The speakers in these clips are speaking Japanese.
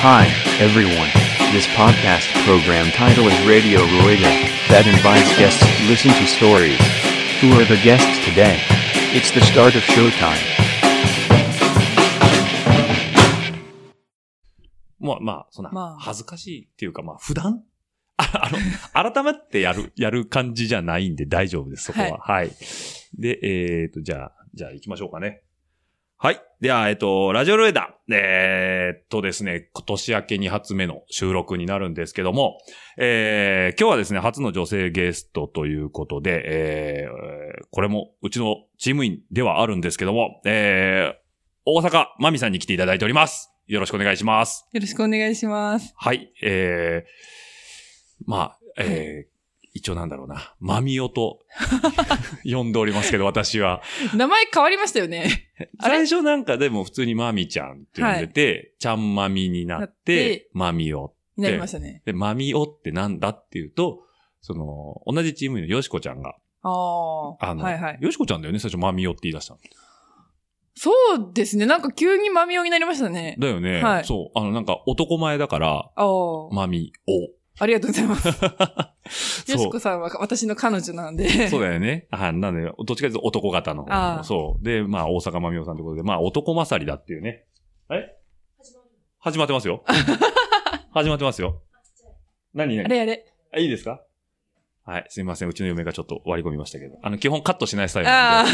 Hi, everyone. This podcast program title is Radio Roida, that invites guests to listen to stories. Who are the guests today? It's the start of showtime. もう、まあ、そんなま、あ恥ずかしいっていうか、まあ、普段 ああの、改まってやる、やる感じじゃないんで大丈夫です、そこは。はい。で、えっ、と、じゃあ、じゃあ行きましょうかね。はい。では、えっ、と、ラジオルエダ。えーっとですね、今年明け2発目の収録になるんですけども、えー今日はですね、初の女性ゲストということで、えーこれもうちのチーム員ではあるんですけども、えー大阪まみさんに来ていただいております。よろしくお願いします。よろしくお願いします。はい、えー、まあ、えー、一応なんだろうな、マミオ と呼んでおりますけど、私は。名前変わりましたよね。あ最れ初なんかでも普通にマミちゃんって呼んでて、ちゃんマミにななっってて、マミオ。になりましたね。で、マミオってなんだっていうと、その、同じチームのヨシコちゃんが、ああ。あの、はいはい。ヨシコちゃんだよね、最初マミオって言い出したの。そうですね。なんか急にマミオになりましたね。だよね、はいそう、あのなんか男前だから、ああ。マミオ。ありがとうございます。 そうよしこさんは私の彼女なん で。そうだよね。あなんで、どっちかというと男型のあ方。あそう。で、まあ、大阪まみおさんということで、まあ、男勝りだっていうね。え始まって ますよ。始まってますよ。何あ何れあれ。あいいですかはい。すみません。うちの嫁がちょっと割り込みましたけど。あの、基本カットしないスタイルなあん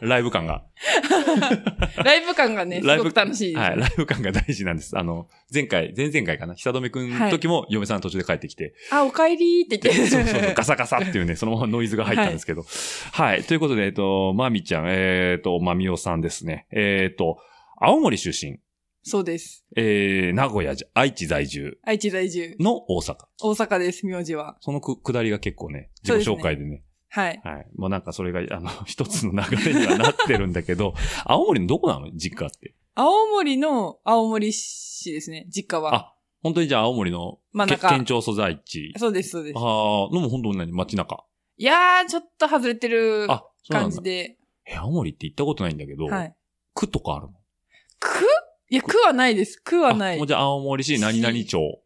で、ライブ感が。あ。 ライブ感がね、ライすブごく楽しいです。はい。ライブ感が大事なんです。あの、前回、前々回かな。久留くんの時も嫁さん途中で帰ってきて、あ、お帰りって言っ て。そうそうそう、ガサガサっていうね、そのままノイズが入ったんですけど。はい、ということで、えっと、まみちゃん、えっと、まみおさんですね。えっと、青森出身、 そうです。えー、名古屋じゃ、愛知在住愛知在住。の大阪。大阪です、名字は。そのく、くだりが結構ね、そう自で己紹すね介でね。はい。はい。もうなんかそれが、あの、 一つの流れにはなってるんだけど、 青森のどこなの実家って。青森の青森市ですね、実家は。あ、本当にじゃあ青森の、まあけなんか県庁所在地。そうです、そうです。ああ、のも本当に何街中。いやー、ちょっと外れてるあ、そうなん感じだ。で。え青森って行ったことないんだけど、はい。区とかあるのくいや、くはないです。くはなあいもう。じゃあ、青森市何々町。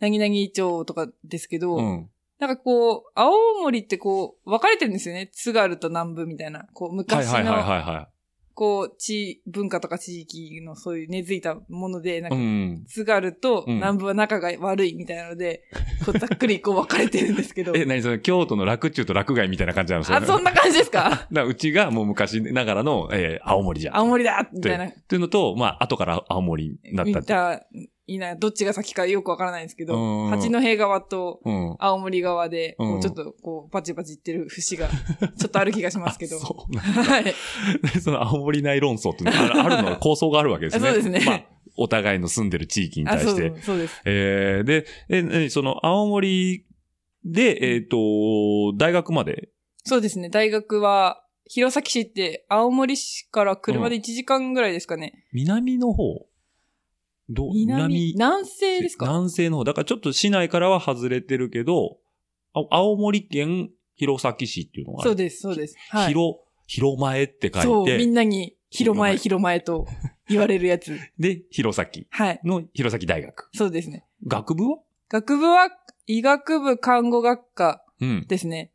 なぎなぎ町とかですけど、うん。なんかこう、青森ってこう、分かれてるんですよね。津軽と南部みたいな。こう、はい昔はいはいの、はいはこう、地、文化とか地域のそういう根付いたもので、なんい。うか、ん。津軽とうん南部は仲が悪いみたいなので、こうざっくりこう分かれてるんですけ ど。え、何それ、京都の楽中と楽外みたいな感じなのあ、そんな感じで すかなうちがもう昔ながらの、えー青森じゃん。青森だみたいな。というのと、まあ、後から青森になっ見たって。た、いいな、どっちが先かよくわからないんですけうんうんど、八戸側と、うん。青森側で、こううんちょっとこう、バチバチいってる 節が、ちょっとある気がしますけあど。はそう。 い。その青森内論争っていうのがあるあるの、構想があるわけですね。そうですねまあ、お互いの住んでる地域にあ、対そしうて。そうです。えー、で、え、何その、青森で、えっ、と、大学まで。そうですね。大学は、弘前市って、青森市から車で1時間ぐらいですかね。南の方どう南、南西ですか南西の方。だからちょっと市内からは外れてるけど、あ青森県弘前市っていうのがあるそうです、そうです。はい。広、広前って書そ、いうみてん、なに、広前、広前と言われるや つ。で、弘前はい。の弘前大学。そうですね。学部は学部は、医学部看護学科うん。ですね。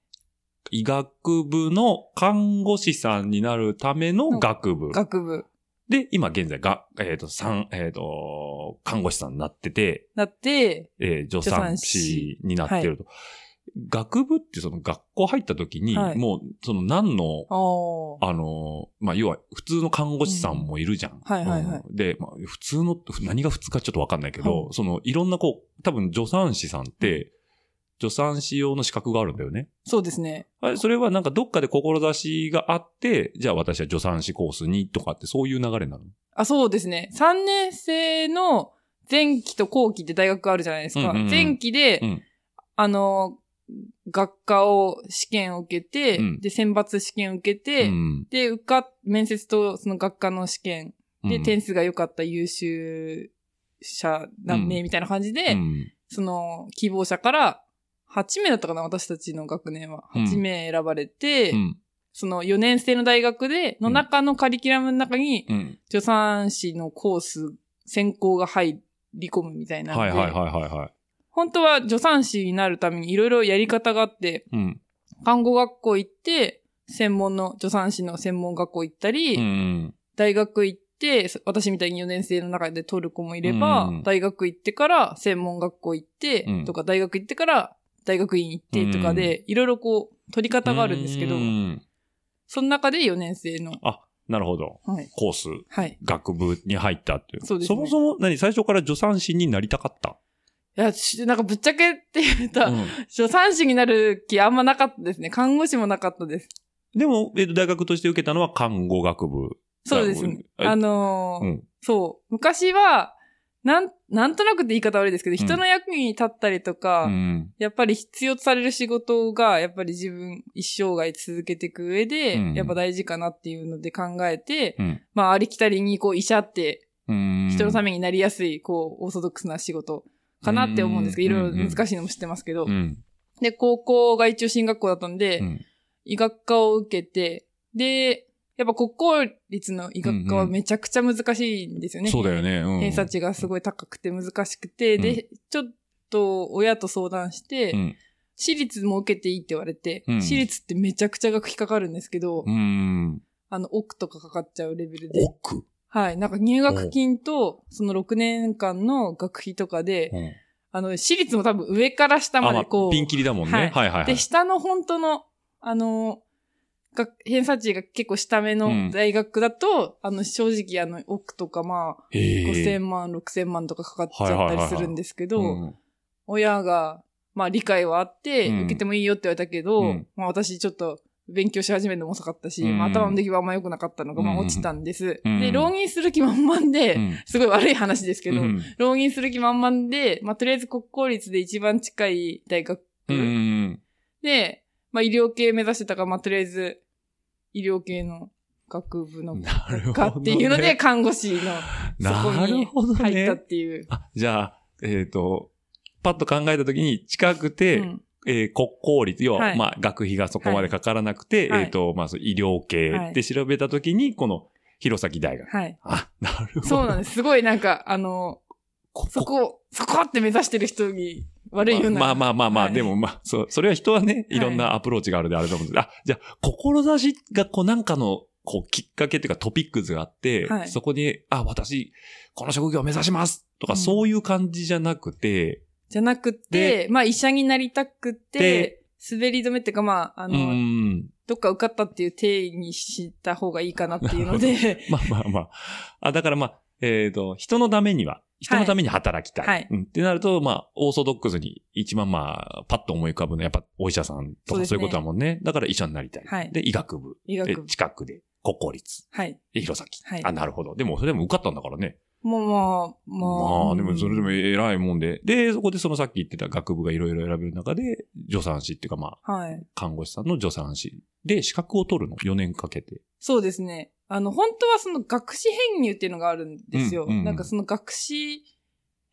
医学部の看護師さんになるための学部。学部。で、今現在が、えっ、と、三、えっ、と、看護師さんになってて、なって、えー、助産師になってると。学部ってその学校入った時に、はいもうその何のああ。あのー、まあ、要は、普通の看護師さんもいるじゃん。はいはいはいうんで、まあ、普通の、何が普通かちょっとわかんないけど、はその、いろんなこう、多分助産師さんって、助産師用の資格があるんだよね。そうですね。あれそれはなんかどっかで志があって、じゃあ私は助産師コースにとかってそういう流れなのあ、そうですね。3年生の前期と後期って大学あるじゃないですか。うんうんうん前期で、うんあの、学科を試験を受けて、うんで、選抜試験を受けて、うん。で、受かっ、面接とその学科の試験で、うん点数が良かった優秀者だうね、みたいな感じで、うんその希望者から8名だったかな、私たちの学年は。うん8名選ばれて、うん。その4年生の大学で、の中のカリキュラムの中に、うん。助産師のコース、専攻が入り込むみたいなのはいで、はいはいはいはい。本当は助産師になるためにいろいろやり方があって、うん。看護学校行って、専門の助産師の専門学校行ったり、うん。大学行って、そ私みたいに4年生の中で取る子もいれば、うん大学行ってから専門学校行って、うんとか大学行ってから大学院行ってとかで、いろいろこう、取り方があるんですけどう、んその中で4年生の、なるほど。はい。コース、はい。学部に入ったっていう。そうですねそもそも何、最初から助産師になりたかったいや、しなんかぶっちゃけって言うと、うん助産師になる気あんまなかったですね。看護師もなかったです。でも、えっと、大学として受けたのは看護学部。そうですね。ああのーうんそう。昔は、なん、なんとなくって言い方悪いですけど、人の役に立ったりとか、うん。やっぱり必要とされる仕事が、やっぱり自分一生涯続けていく上で、うんやっぱ大事かなっていうので考えて、うんまあありきたりにこう医者ってうん。人のためになりやすい、こうオーソドックスな仕事かなって思うんですけうど、んいろいろ難しいのも知ってますけど、うん。で、高校が一応進学校だったんで、うん医学科を受けて、で、やっぱ国公立の医学科はめちゃくちゃ難しいんですよね。そうだよね。うん。偏差値がすごい高くて難しくて、うんで、ちょっと親と相談して、うん私立も受けていいって言われて、うん私立ってめちゃくちゃ学費かかるんですけど、うん。あの、億とかかかっちゃうレベルで、奥。はい、なんか入学金と、その6年間の学費とかで、うんあの、私立も多分上から下あ、ままであこう、ピンキリだもんはいね。はいはいはで、い。下の本当の、あの、が偏差値が結構下めうんの大学だと、あの、正直あの、億とかまあ、へ5000ー万、6000万とかかかっちゃったりするんですけど、うん親が、まあ理解はあって、うん受けてもいいよって言われたけど、うんまあ私ちょっと勉強し始めるのも遅かったし、うんまあ頭の出来はあんま良くなかったのが、まあうん落ちたんです。うんで、浪人する気満々で、うんすごい悪い話ですけど、うん浪人する気満々で、まあとりあえず国公立で一番近い大学うんうんで、まあ医療系目指してたから、まあとりあえず医療系の学部のなるほかど。っていうので、、看護師の そこなるにほど入っねたっ。ていう。あ、じゃあ、えっと、パッと考えたときに、近くうて、んえー国公立、要は、はいまあ、学費がそこまでかからなくて、はいえっ、と、まあ、そう医療は系いで調べたときに、この、弘前大学。はい。あ、なるほど。そうなんです。すごいなんか、あの、こそこ、そこって目指してる人に悪いような。まあまあまあまあ、はいでもまあ、そう、それは人はね、いろんなアプローチがあるであると思うんです、あ、じゃあ、志がこうなんかの、こう、きっかけっていうかトピックスがあって、はいそこに、あ、私、この職業を目指しますとか、うんそういう感じじゃなくて、じゃなくてで、まあ医者になりたくてで、滑り止めっていうかまあ、あうの、ん。どっか受かったっていう定義にした方がいいかなっていう ので、まあまあまあ。あ、だからまあ、えっ、と、人のためには、人のために働きたい。はいうん、ってなると、まあ、オーソドックスに一番まあ、パッと思い浮かぶのは、やっぱお医者さんとそうでかすそねういうことだもんね。だから医者になりたい。はいで、医学部。医で学部。近くで、国公立。はい。で、弘前。はいあ、なるほど。でも、それでも受かったんだからね。もう、まあ、まあ。まあ、でも、それでもい。偉いもんで。で、そこでそのさっき言ってた学部がいろいろ選べる中で、助産師っていうかまあ、はい。看護師さんの助産師で資格を取るの。4年かけて。そうですね。あの、本当はその学士編入っていうのがあるんですよ。うんうんうんなんかその学士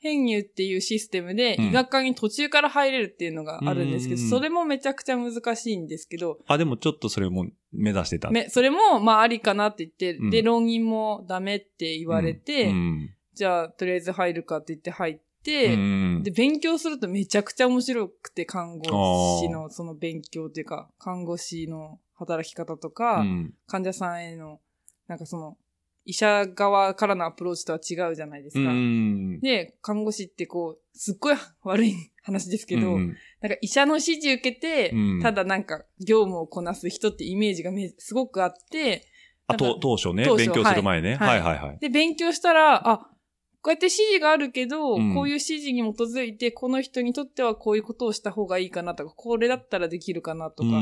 編入っていうシステムで、うん医学科に途中から入れるっていうのがあるんですけど、うんうんうんそれもめちゃくちゃ難しいんですけど、あ、でもちょっとそれも目指してた。め、それも、まあ、ありかなって言って、うんで、浪人もダメって言われて、うんじゃあ、とりあえず入るかって言って入っうて、んで、勉強するとめちゃくちゃ面白くて、看護師のその勉強っていうか、看護師の働き方とか、うん患者さんへの、なんかその、医者側からのアプローチとは違うじゃないですか。うんで、看護師ってこう、すっごい 悪い話ですけど、うんなんか医者の指示受けて、うんただなんか業務をこなす人ってイメージがめすごくあって、あと、なんか当初ね当初勉強する前ね。ははいいはいはい。で、勉強したら、あ、こうやって指示があるけど、うんこういう指示に基づいて、この人にとってはこういうことをした方がいいかなとか、これだったらできるかなとか、うん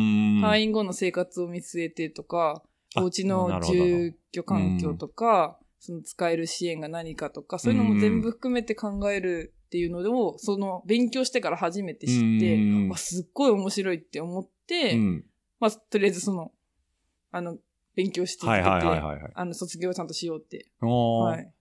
退院後の生活を見据えてとか、あお家なのるほど住居環境とか、その使える支援が何かとか、そういうのも全部含めて考えるっていうのを、その勉強してから初めて知って、うんあすっごい面白いって思って、うんまあ、とりあえずその、あの、勉強していはいて、はいはいはいはい。あの、卒業をちゃんとしようって。おーはい。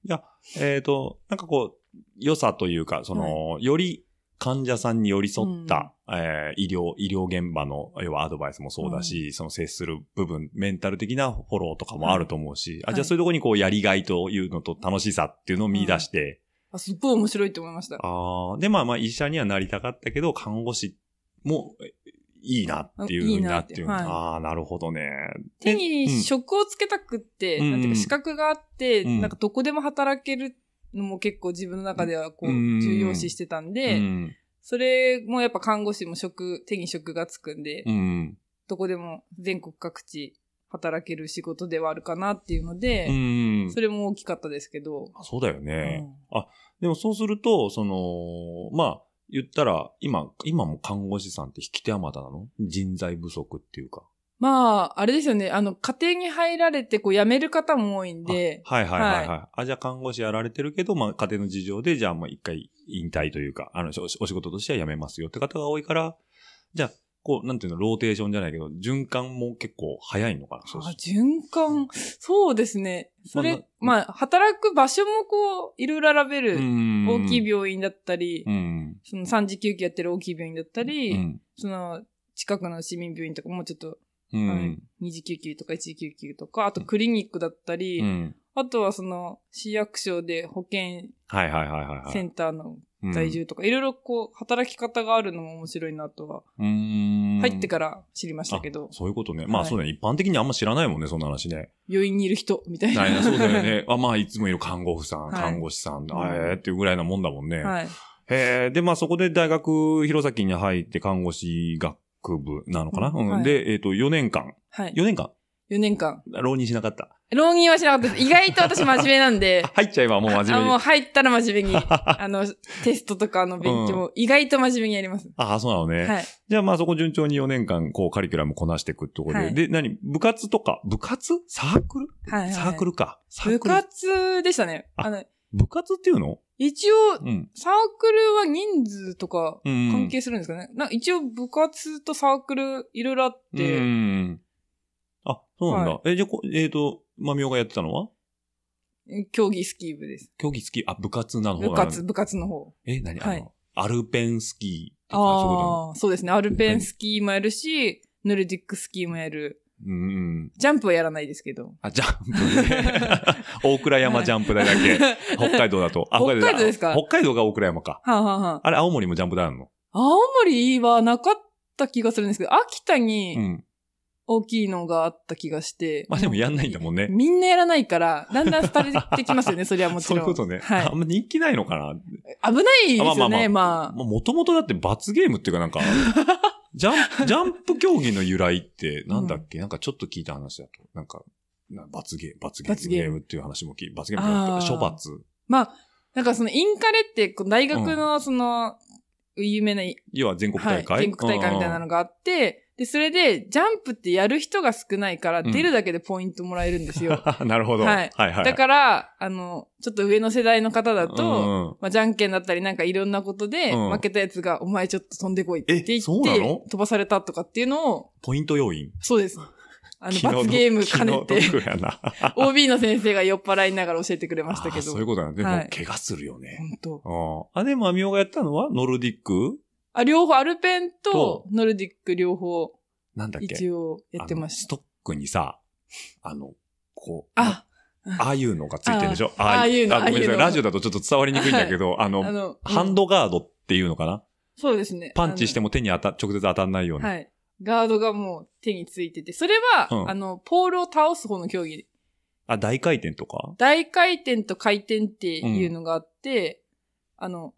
えっと、なんかこう、良さというか、その、より患者さんに寄り添った、えー医療、医療現場の、要はアドバイスもそうだし、その接する部分、メンタル的なフォローとかもあると思うし、はいあ、じゃあそういうところにこう、やりがいというのと楽しさっていうのを見出して、あ、すっごい面白いと思いました。ああ、で、まあまあ医者にはなりたかったけど、看護師もえいいなっていうふうになってる。いいなってはいああ、なるほどね。手でうんに職をつけたくって、うんなんていうか資格があって、うんなんかどこでも働けるのも結構自分の中ではこう、うん重要視してたんで、うん。それもやっぱ看護師も職、手に職がつくんで、うん。どこでも全国各地働ける仕事ではあるかなっていうので、うん。それも大きかったですけど、そうだよね。うんでもそうすると、その、まあ、言ったら、今、今も看護師さんって引き手あまたなの人材不足っていうか。まあ、あれですよね、あの、家庭に入られてこう辞める方も多いんあで、はいはいはいは。はいあ、じゃあ看護師やられてるけど、まあ家庭の事情で、じゃあまあ一回引退というか、あの、おお仕事としては辞めますよって方が多いから、じゃあ、こう、なんていうの、ローテーションじゃないけど、循環も結構早いのかな。そうあそう循環、そうですね。それ、ままあ、働く場所もこう、いろいろ選べる、大大きい病院だったり、うん。その産時休憩やってる大きい病院だったうり、ん。その、近くの市民病院とかもうちょっと、うあのん。二次救急とか一次救急とか、あとクリニックだったり、うん。あとはその、市役所で保健はいはいはいはいはい。センターのうん在住とか、いろいろこう、働き方があるのも面白いなとは、うーん。入ってから知りましたけど、そういうことね。まあはいそうだね。一般的にあんま知らないもんね、そんな話ね。 病院にいる人、みたいな。ないな、そうだよね。あまあ、いつもいる看護婦さん、はい看護師さん、んあえーっていうぐらいなもんだもんね。 はい。へえ、で、まあそこで大学、弘前に入って看護師学部なのかな、ううんんはいで、えっ、と、4年間。はい。 4年間4年間。浪人しなかった。浪人はしなかったです。意外と私真面目なんであ、入っちゃえばもう真あ面目もうに。入ったら真面目 に、あの、テストとかの勉強も意外と真面目にやります。ああ、そうなのね。はい。じゃあまあそこ順調に4年間、こうカリキュラムこなしていくってことで。はいで、何部活とか、部活サークル、はいはいサークルか。サー部クル。活でしたね。ああの、部活っていうの一応、うん。サークルは人数とかうん関係するんですかね。な一応部活とサークルいろいろあっうて、ん。あ、そうなんだ。はえ、じゃあこ、えっ、と、まみおがやってたのは競技スキー部です。競技スキー、あ、部活なの部活、。部活の方。え、何あの、はいアルペンスキーとかそういうこああ、そうですね。アルペンスキーもやるし、ノルディックスキーもやる。とうんうん。ジャンプはやらないですけど。あ、ジャンプ ね。大倉山ジャンプ台だけ。北海道だと。あ北海道だですか北海道が大倉山か。 はあ、はあはあ、あれ、青森もジャンプ台あるの青森はなかった気がするんですけど、秋田うにん。大きいのがあった気がして。まあでもやんないんだもんね。みんなやらないから、だんだん廃れてきます よね、それはもちそろ。うんいうことね。はいあんま人気ないのかな。危ないですよね、まああまあ、もともとだって罰ゲームっていうかなん か、ジャンプ、ジャンプ競技の由来ってなんだっけ、なんかちょっと聞いた話だと。なんか、な罰ゲーム、罰ゲーム罰ゲームゲームっていう話も聞い罰ゲームじゃなくてあ処ー罰。まあ、なんかそのインカレって、こう大学のその、有名な、要は全国は大い、会、全国大会みたいなのがあって、で、それで、ジャンプってやる人が少ないから、うん出るだけでポイントもらえるんですよ。が。なるほど。 ははいい、はいはい。だから、あの、ちょっと上の世代の方だと、うんうんまあ、じゃんけんだったりなんかいろんなことで、うん負けたやつが、お前ちょっと飛んでこいってえ言って、そうなの飛ばされたとかっていうのを、ポイント要因。そ うです。あの、気の毒罰ゲーム兼ねて気。の毒やな。 OB の先生が酔っ払いながら教えてくれましたけあーど。そういうことなんで、はもい怪我するよね。本当。あーあ、で、マミオがやったのはノルディックあ、両方、アルペンととノルディック両方、なんだっけ一応やってましあのストックにさ、あの、こう、た。ああ、あいうのがついてるでしょあーああ、あいうのごめんなさああいい。うのラジオだとちょっと伝わりにくいんだけど、あ あの、の、ハンド、ドガードっていうのかなそうですね。パンチしてもも手に当た、直接当たんないような。はい。ガードがもう手についてて、それは、うんあの、ポールを倒す方の競技。あ、大回転とか大回転と回転っていうのがあって、あの、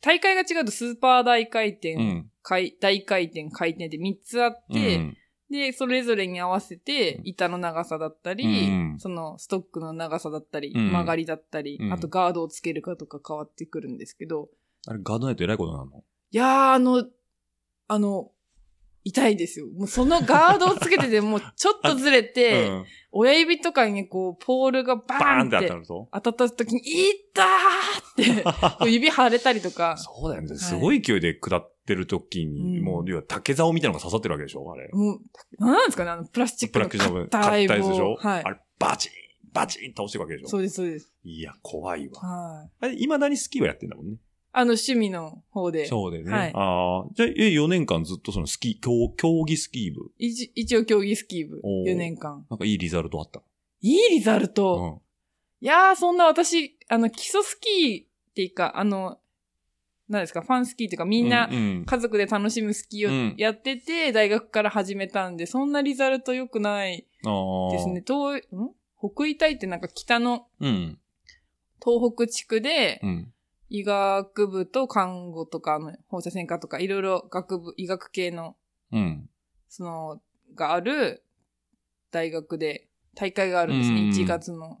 大会が違うとスーパー大回転、うん。回大回転、回転って3つあっうんて、で、それぞれに合わせてうん、板の長さだったり、うんそのストックの長さだったり、うん曲がりだったり、うんあとガードをつけるかとか変わってくるんですけど、あれ、ガードないと偉いことなのいやー、あの、あの、痛いですよ。もうそのガードをつけてて、もうちょっとずれ て、うん親指とかにこう、ポールがババーーンンっって当てたると。当たった時に、いったーって、こう指腫れたりと か、そうだよね。いすごい勢いで下ってる時に、うんもう、要は竹竿みたいなのが刺さってるわけでしょあれ。もう、なんなんですかね、あの、プラスチックブラのックジャブ、硬買いったやつでし棒ょ、はいあ。れ、バチンバチン倒していくわけでしそょうです、そうです。いや、怖いわ。はい。あれ、未だにスキーはやってんだもんね。あの、趣味の方で。そうだよね。はいああ。じゃあ、え、4年間ずっとそのスキー、競競技スキー部。一一応競技スキー部、おー4年間。なんかいいリザルトあった。いいリザルト、うん。いやー、そんな私、あの、基礎スキーっていうか、あの、何ですか、ファンスキーっていうか、みんなう、ん家族で楽しむスキーうんをやってて、大学から始めたんで、そんなリザルト良くないうん、ですね。東、ん北医大ってなんか北のあー。うん。東北地区でう、ん。医学部と看護とか、あの放射線科とか、いろいろ学部、医学系の、うん。その、がある大学で、大会があるんですね。うん1月の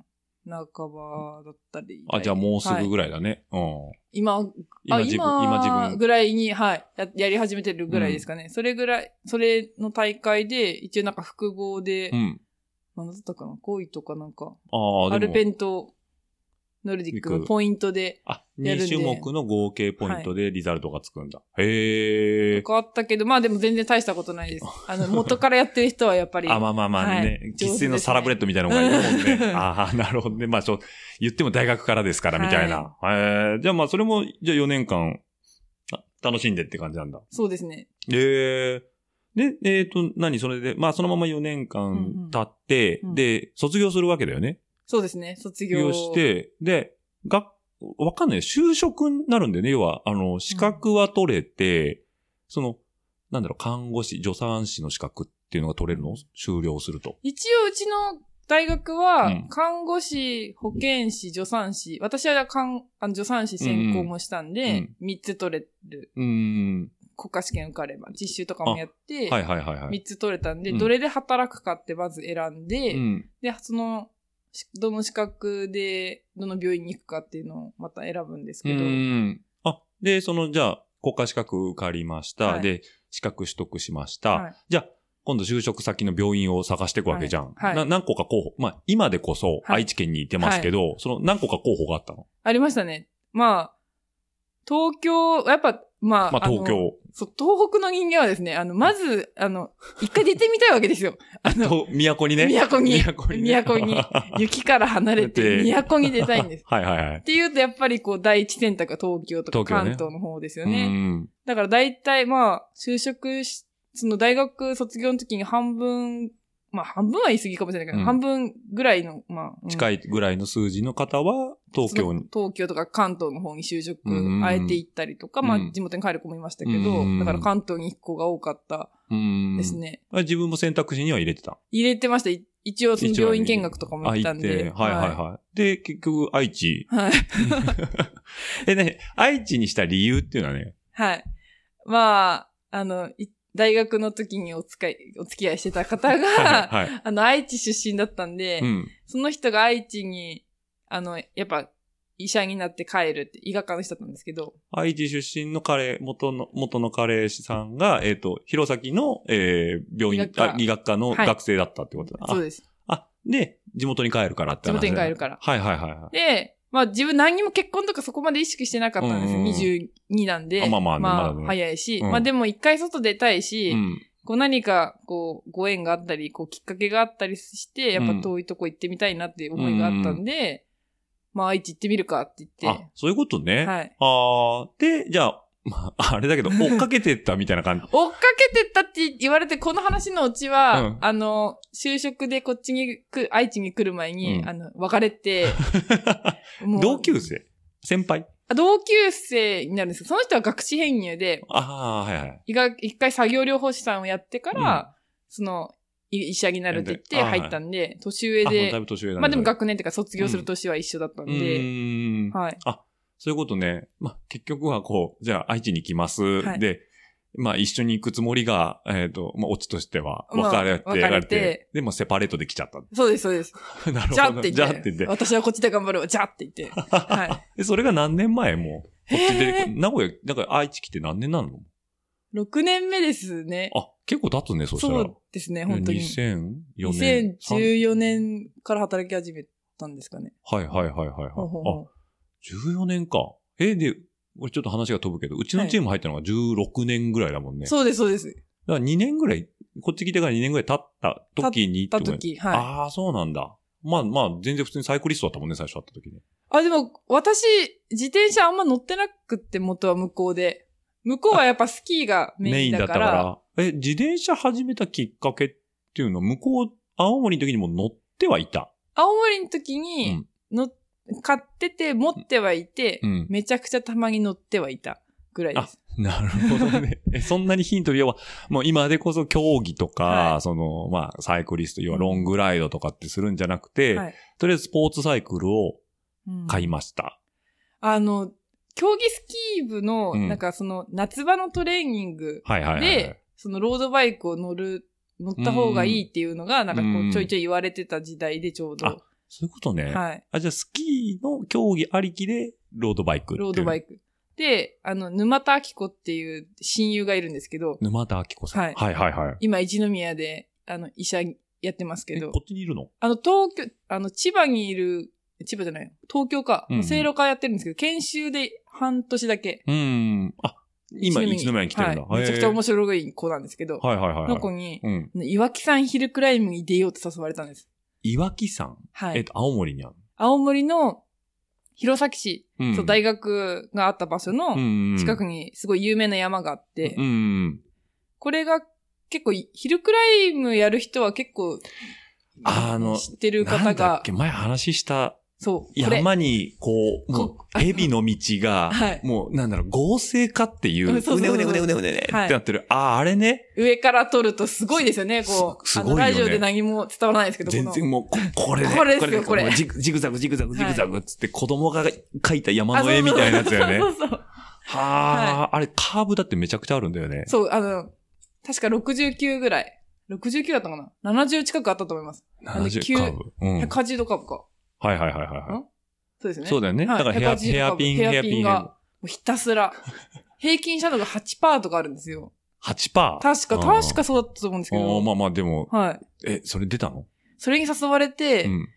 半ばだったり。あ、じゃあもうすぐはいぐらいだね。今、うん。今あ自分、今今自分。ぐらいに、はいや、やり始めてるぐらいですかね。それぐらい、それの大会で、一応なんか複合で、うん。何だったかな、5位とかなんか、ああ、アでルもペ。ンとノルディックのポイントで、あ、やるんで2種目の合計ポイントでリザルトがつくんだ。へえ。変わったけど、まあでも全然大したことないです。あの、元からやってる人はやっぱり、あ、まあまあまあはねい。喫、上手です煙、ねのサラブレッドみたいなのがいるもんう ね。んああ、なるほどね。まあ、そう、言っても大学からですから、みたいな。えーじゃあまあ、それも、じゃあ4年間、あ楽しんでって感じなんだ。そうですね。えー、で、えっ、と、何それで、まあ、そのまま4年うんう間ん経って、うんで、卒業するわけだよね。そうですね、卒卒業業して、で、が、わかんない。就職になるんだよね。要は、あの、資格は取れて、その、なんだろう、看護師、助産師の資格っていうのが取れるの終了すると。一応うちの大学うはん、看護師、保健師、助産師、私は看あの助産師専攻もしたんうんうでん、 3つ取れる。うーん。国家試験受かれば、実習とかもやって、はいはいはいはい。 3つ取れたんで、うんどれで働くかってまず選んで、うん。で、その、しどの資格で、どの病院に行くかっていうのをまた選ぶんですうけど、ーん。あ、で、その、じゃあ、国家資格受かりました。はいで、資格取得しました。はいじゃあ、今度就職先の病院を探していくわけじゃん。はいはいな何個か候補。まあ、今でこそはい愛知県にいてますけど、その何個か候補があったの。ありましたね。まあ、東京、やっぱ、まあ、まあ、の東京。そう、東北の人間はですね、あの、まず、あの、一回出てみたいわけ ですよ。あの、と、都にね。都に都にね。都に雪から離れて、出て都に出たい んです。はいはいはいっ。ていうと、やっぱりこう、第一選択は東京とか東京ね関東の方ですようね。ん。だから大体、まあ、就職し、その大学卒業の時に半分、まあ半分は言い過ぎかもしれないけど、うん半分ぐらいの、まあ、うん近いぐらいの数字の方は、東京に。東京とか関東の方に就職、うんあえて行ったりとか、まあ地元に帰る子もいましたけど、うんだから関東に行く子が多かったうん。ですね。あ。自分も選択肢には入れてた。入れてました。い一応その一応病院見学とかも行ったんあで。行ってはいはいはい。で、結局、愛知。 はい。え、ね、愛知にした理由っていうのはね。はい。まあ、あの、い大学の時にお使い、お付き合いしてた方が、はい はい。あの、愛知出身だったんで、うん。その人が愛知に、あの、やっぱ、医者になって帰るって、医学科の人だったんですけど、愛知出身のカレー、元の、元のカレー師さんが、えっ、と、弘前の、えー、病医院学、科あ医学科のはい学生だったってことだ、そうあです。あ、で、地元に帰るからって話だ地元に帰るからはいはいはいはい。で、まあ自分何にも結婚とかそこまで意識してなかったんですよ。うんうん22なんで。あまあまあねまだね早いし。うんまあでも一回外出たいし、うん。こう何か、こう、ご縁があったり、こう、きっかけがあったりして、やっぱ遠いとこ行ってみたいなっていう思いがあったんで、まあ愛知行ってみるかって言ってあ、、そういうことね。はい。ああ、で、じゃあ、まあ、あれだけど、追っかけてったみたいな感じ。追っかけてったって言われて、この話のうちは、うんあの、就職でこっちに来、愛知に来る前に、うんあの、別れ て、 もう同級生先輩あ同級生になるんですけど、その人は学士編入で、ああー、はいはい。医学一回作業療法士さんをやってから、その、い医者になるって言あっはてい入ったんで、年上あ、もうだいで、ぶ年上だね。まあでも学年っていうか卒業する年は一緒だったんうで、ーん。はい。そういうことね。まあ、結局はこう、じゃあ愛知に来ます。はいで、まあ一緒に行くつもりが、えっ、と、まあオチとしては、まあ別れて、別れてられてで、まあセパレートで来ちゃった。 そうです、そうです。なるほど。じゃあってじ言ゃっあて。って言って。私はこっちで頑張るわ、じゃあって言 って。はでそれが何年前もう。い。こっちへで、ー名古屋、だから愛知来て何年なの6年目ですね。あ、結構経つね、そしたら。そうですね、本当に。 2004年。 2014年から働き始めたんですかね。はいはいはいはい、はい。ほうほうほあ、14年か。え、で、俺ちょっと話が飛ぶけど、うちのチーム入ったのが16年ぐらいだもんうね。そうです、そうです。だから2年ぐらい、こっち来てから2年ぐらい経った時にってたことね時、はい。ああ、そうなんだ。まあまあ、全然普通にサイクリストだったもんね、最初会った時に。あ、でも、私、自転車あんま乗ってなくって、元は向こうで。向こうはやっぱスキーがメメイインンだだかっらた。から。え、自転車始めたきっかけっていうのは、向こう、青森の時にも乗ってはいた。青森の時に、うんの、買ってて、持ってはいて、うん めちゃくちゃたまに乗ってはいたぐらいです。なるほどね。えそんなにヒント、要は、もう今でこそ競技とか、はいその、まあ、サイクリスト、要はロングライドとかってするんじゃなくて、はいとりあえずスポーツサイクルをうん買いました。あの、競技スキー部の、うんなんかその、夏場のトレーニングはいはいはいはい。で、そのロードバイクを乗る、乗った方がいいっていうのが、なんかこうんう、ちょいちょい言われてた時代でちょうあど。そういうことね。はい。あ、じゃあスキーの競技ありきで、ロードバイクっていう。ロードバク。イク。で、あの、沼田明子っていう親友がいるんですけど、沼田明子さん。はいはいはいはい今、一宮で、あの、医者やってますけえどこ、っちにいるのあの、東京、あの、千葉にいる、千葉じゃない、東京かうんう、ん聖路会やってるんですけど、研修で半年だけ。うーん。あ、今、一宮に来てるんだ。はいめちゃくちゃ面白い子なんですけど、白い。はいはいはいのは子い。に、うん。岩木山ヒルクライムに出ようと誘われたんです。岩木山。はえいっ。と、青森にある。青森の弘前市、うんそう、大学があった場所の近くににすごい有名な山があって、うんうん。これが結構、ヒルクライムやる人は結構、あの知ってるな方んだっがけ、前話したそう、これ。山に、こう、もこう、蛇の道が、はいもう、なんだろう、合成化っていうう、んそううそうねそううねうねうねうねうねはいってなってる。ああ、あれね。上から撮るとすごいですよね、こう。すすあごいよの、ねラジオで何も伝わらないですけど、こ全の。然もう、ここれね。これですよねこれジグジグザグ、ジグザグ、ジグザグっつって、子供が描いた山の絵みたいなやつだよね。 そうそうそう。はあ、あれ、カーブだってめちゃくちゃあるんだよね。そう、あの、確か69ぐらい。69だったかな ?70 近くあったと思います。なんで70カーブ。うん。はい180度カーブか。はいはいはいはそうですい。ね。そうだよね。はだいからヘア180ヘアピン、とヘかアピン、が、もうひたすら。平均したのが8%とかあるんですよ。 8%。確か、うん確かそうだったと思うんですけおーど。まあまあ、でも、はい。え、それ出たのそれに誘われて、うん。。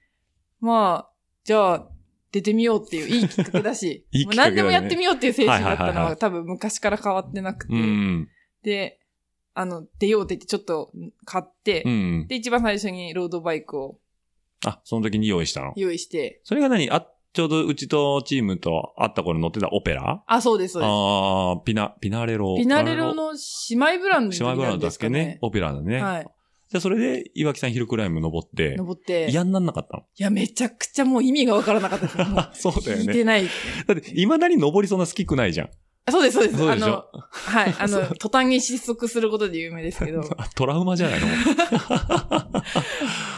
まあ、じゃあ、出てみようっていう、いいきっかけだし いいきっもかうけだね何でもやってみようっていう精神だったのは,、はいはいはいはい多分昔から変わってなくて。うん。で、あの、出ようって言ってちょっと買って、うん。で、一番最初にロードバイクをあ、その時に用意したの。用意して、それが何あ、ちょうどうちとチームと会った頃乗ってたオペラあ、そうです、そうでああ、ピナ、ピナレロ。す。ピナレロ、の姉妹ブランドに島な原るのんだでっすけかねね。。オペラだね。はい。じゃあそれで、岩木さんヒルクライム登って、登って。いや、嫌になんなかったの めちゃくちゃもう意味がわからなかったです。もうそうだよね聞いてない。だって、未だに登りそんな好きくないじゃん。あそうです、そうです。そうあでしのょ、はい。 あの、途端に失速することで有名ですけど。トラウマじゃないの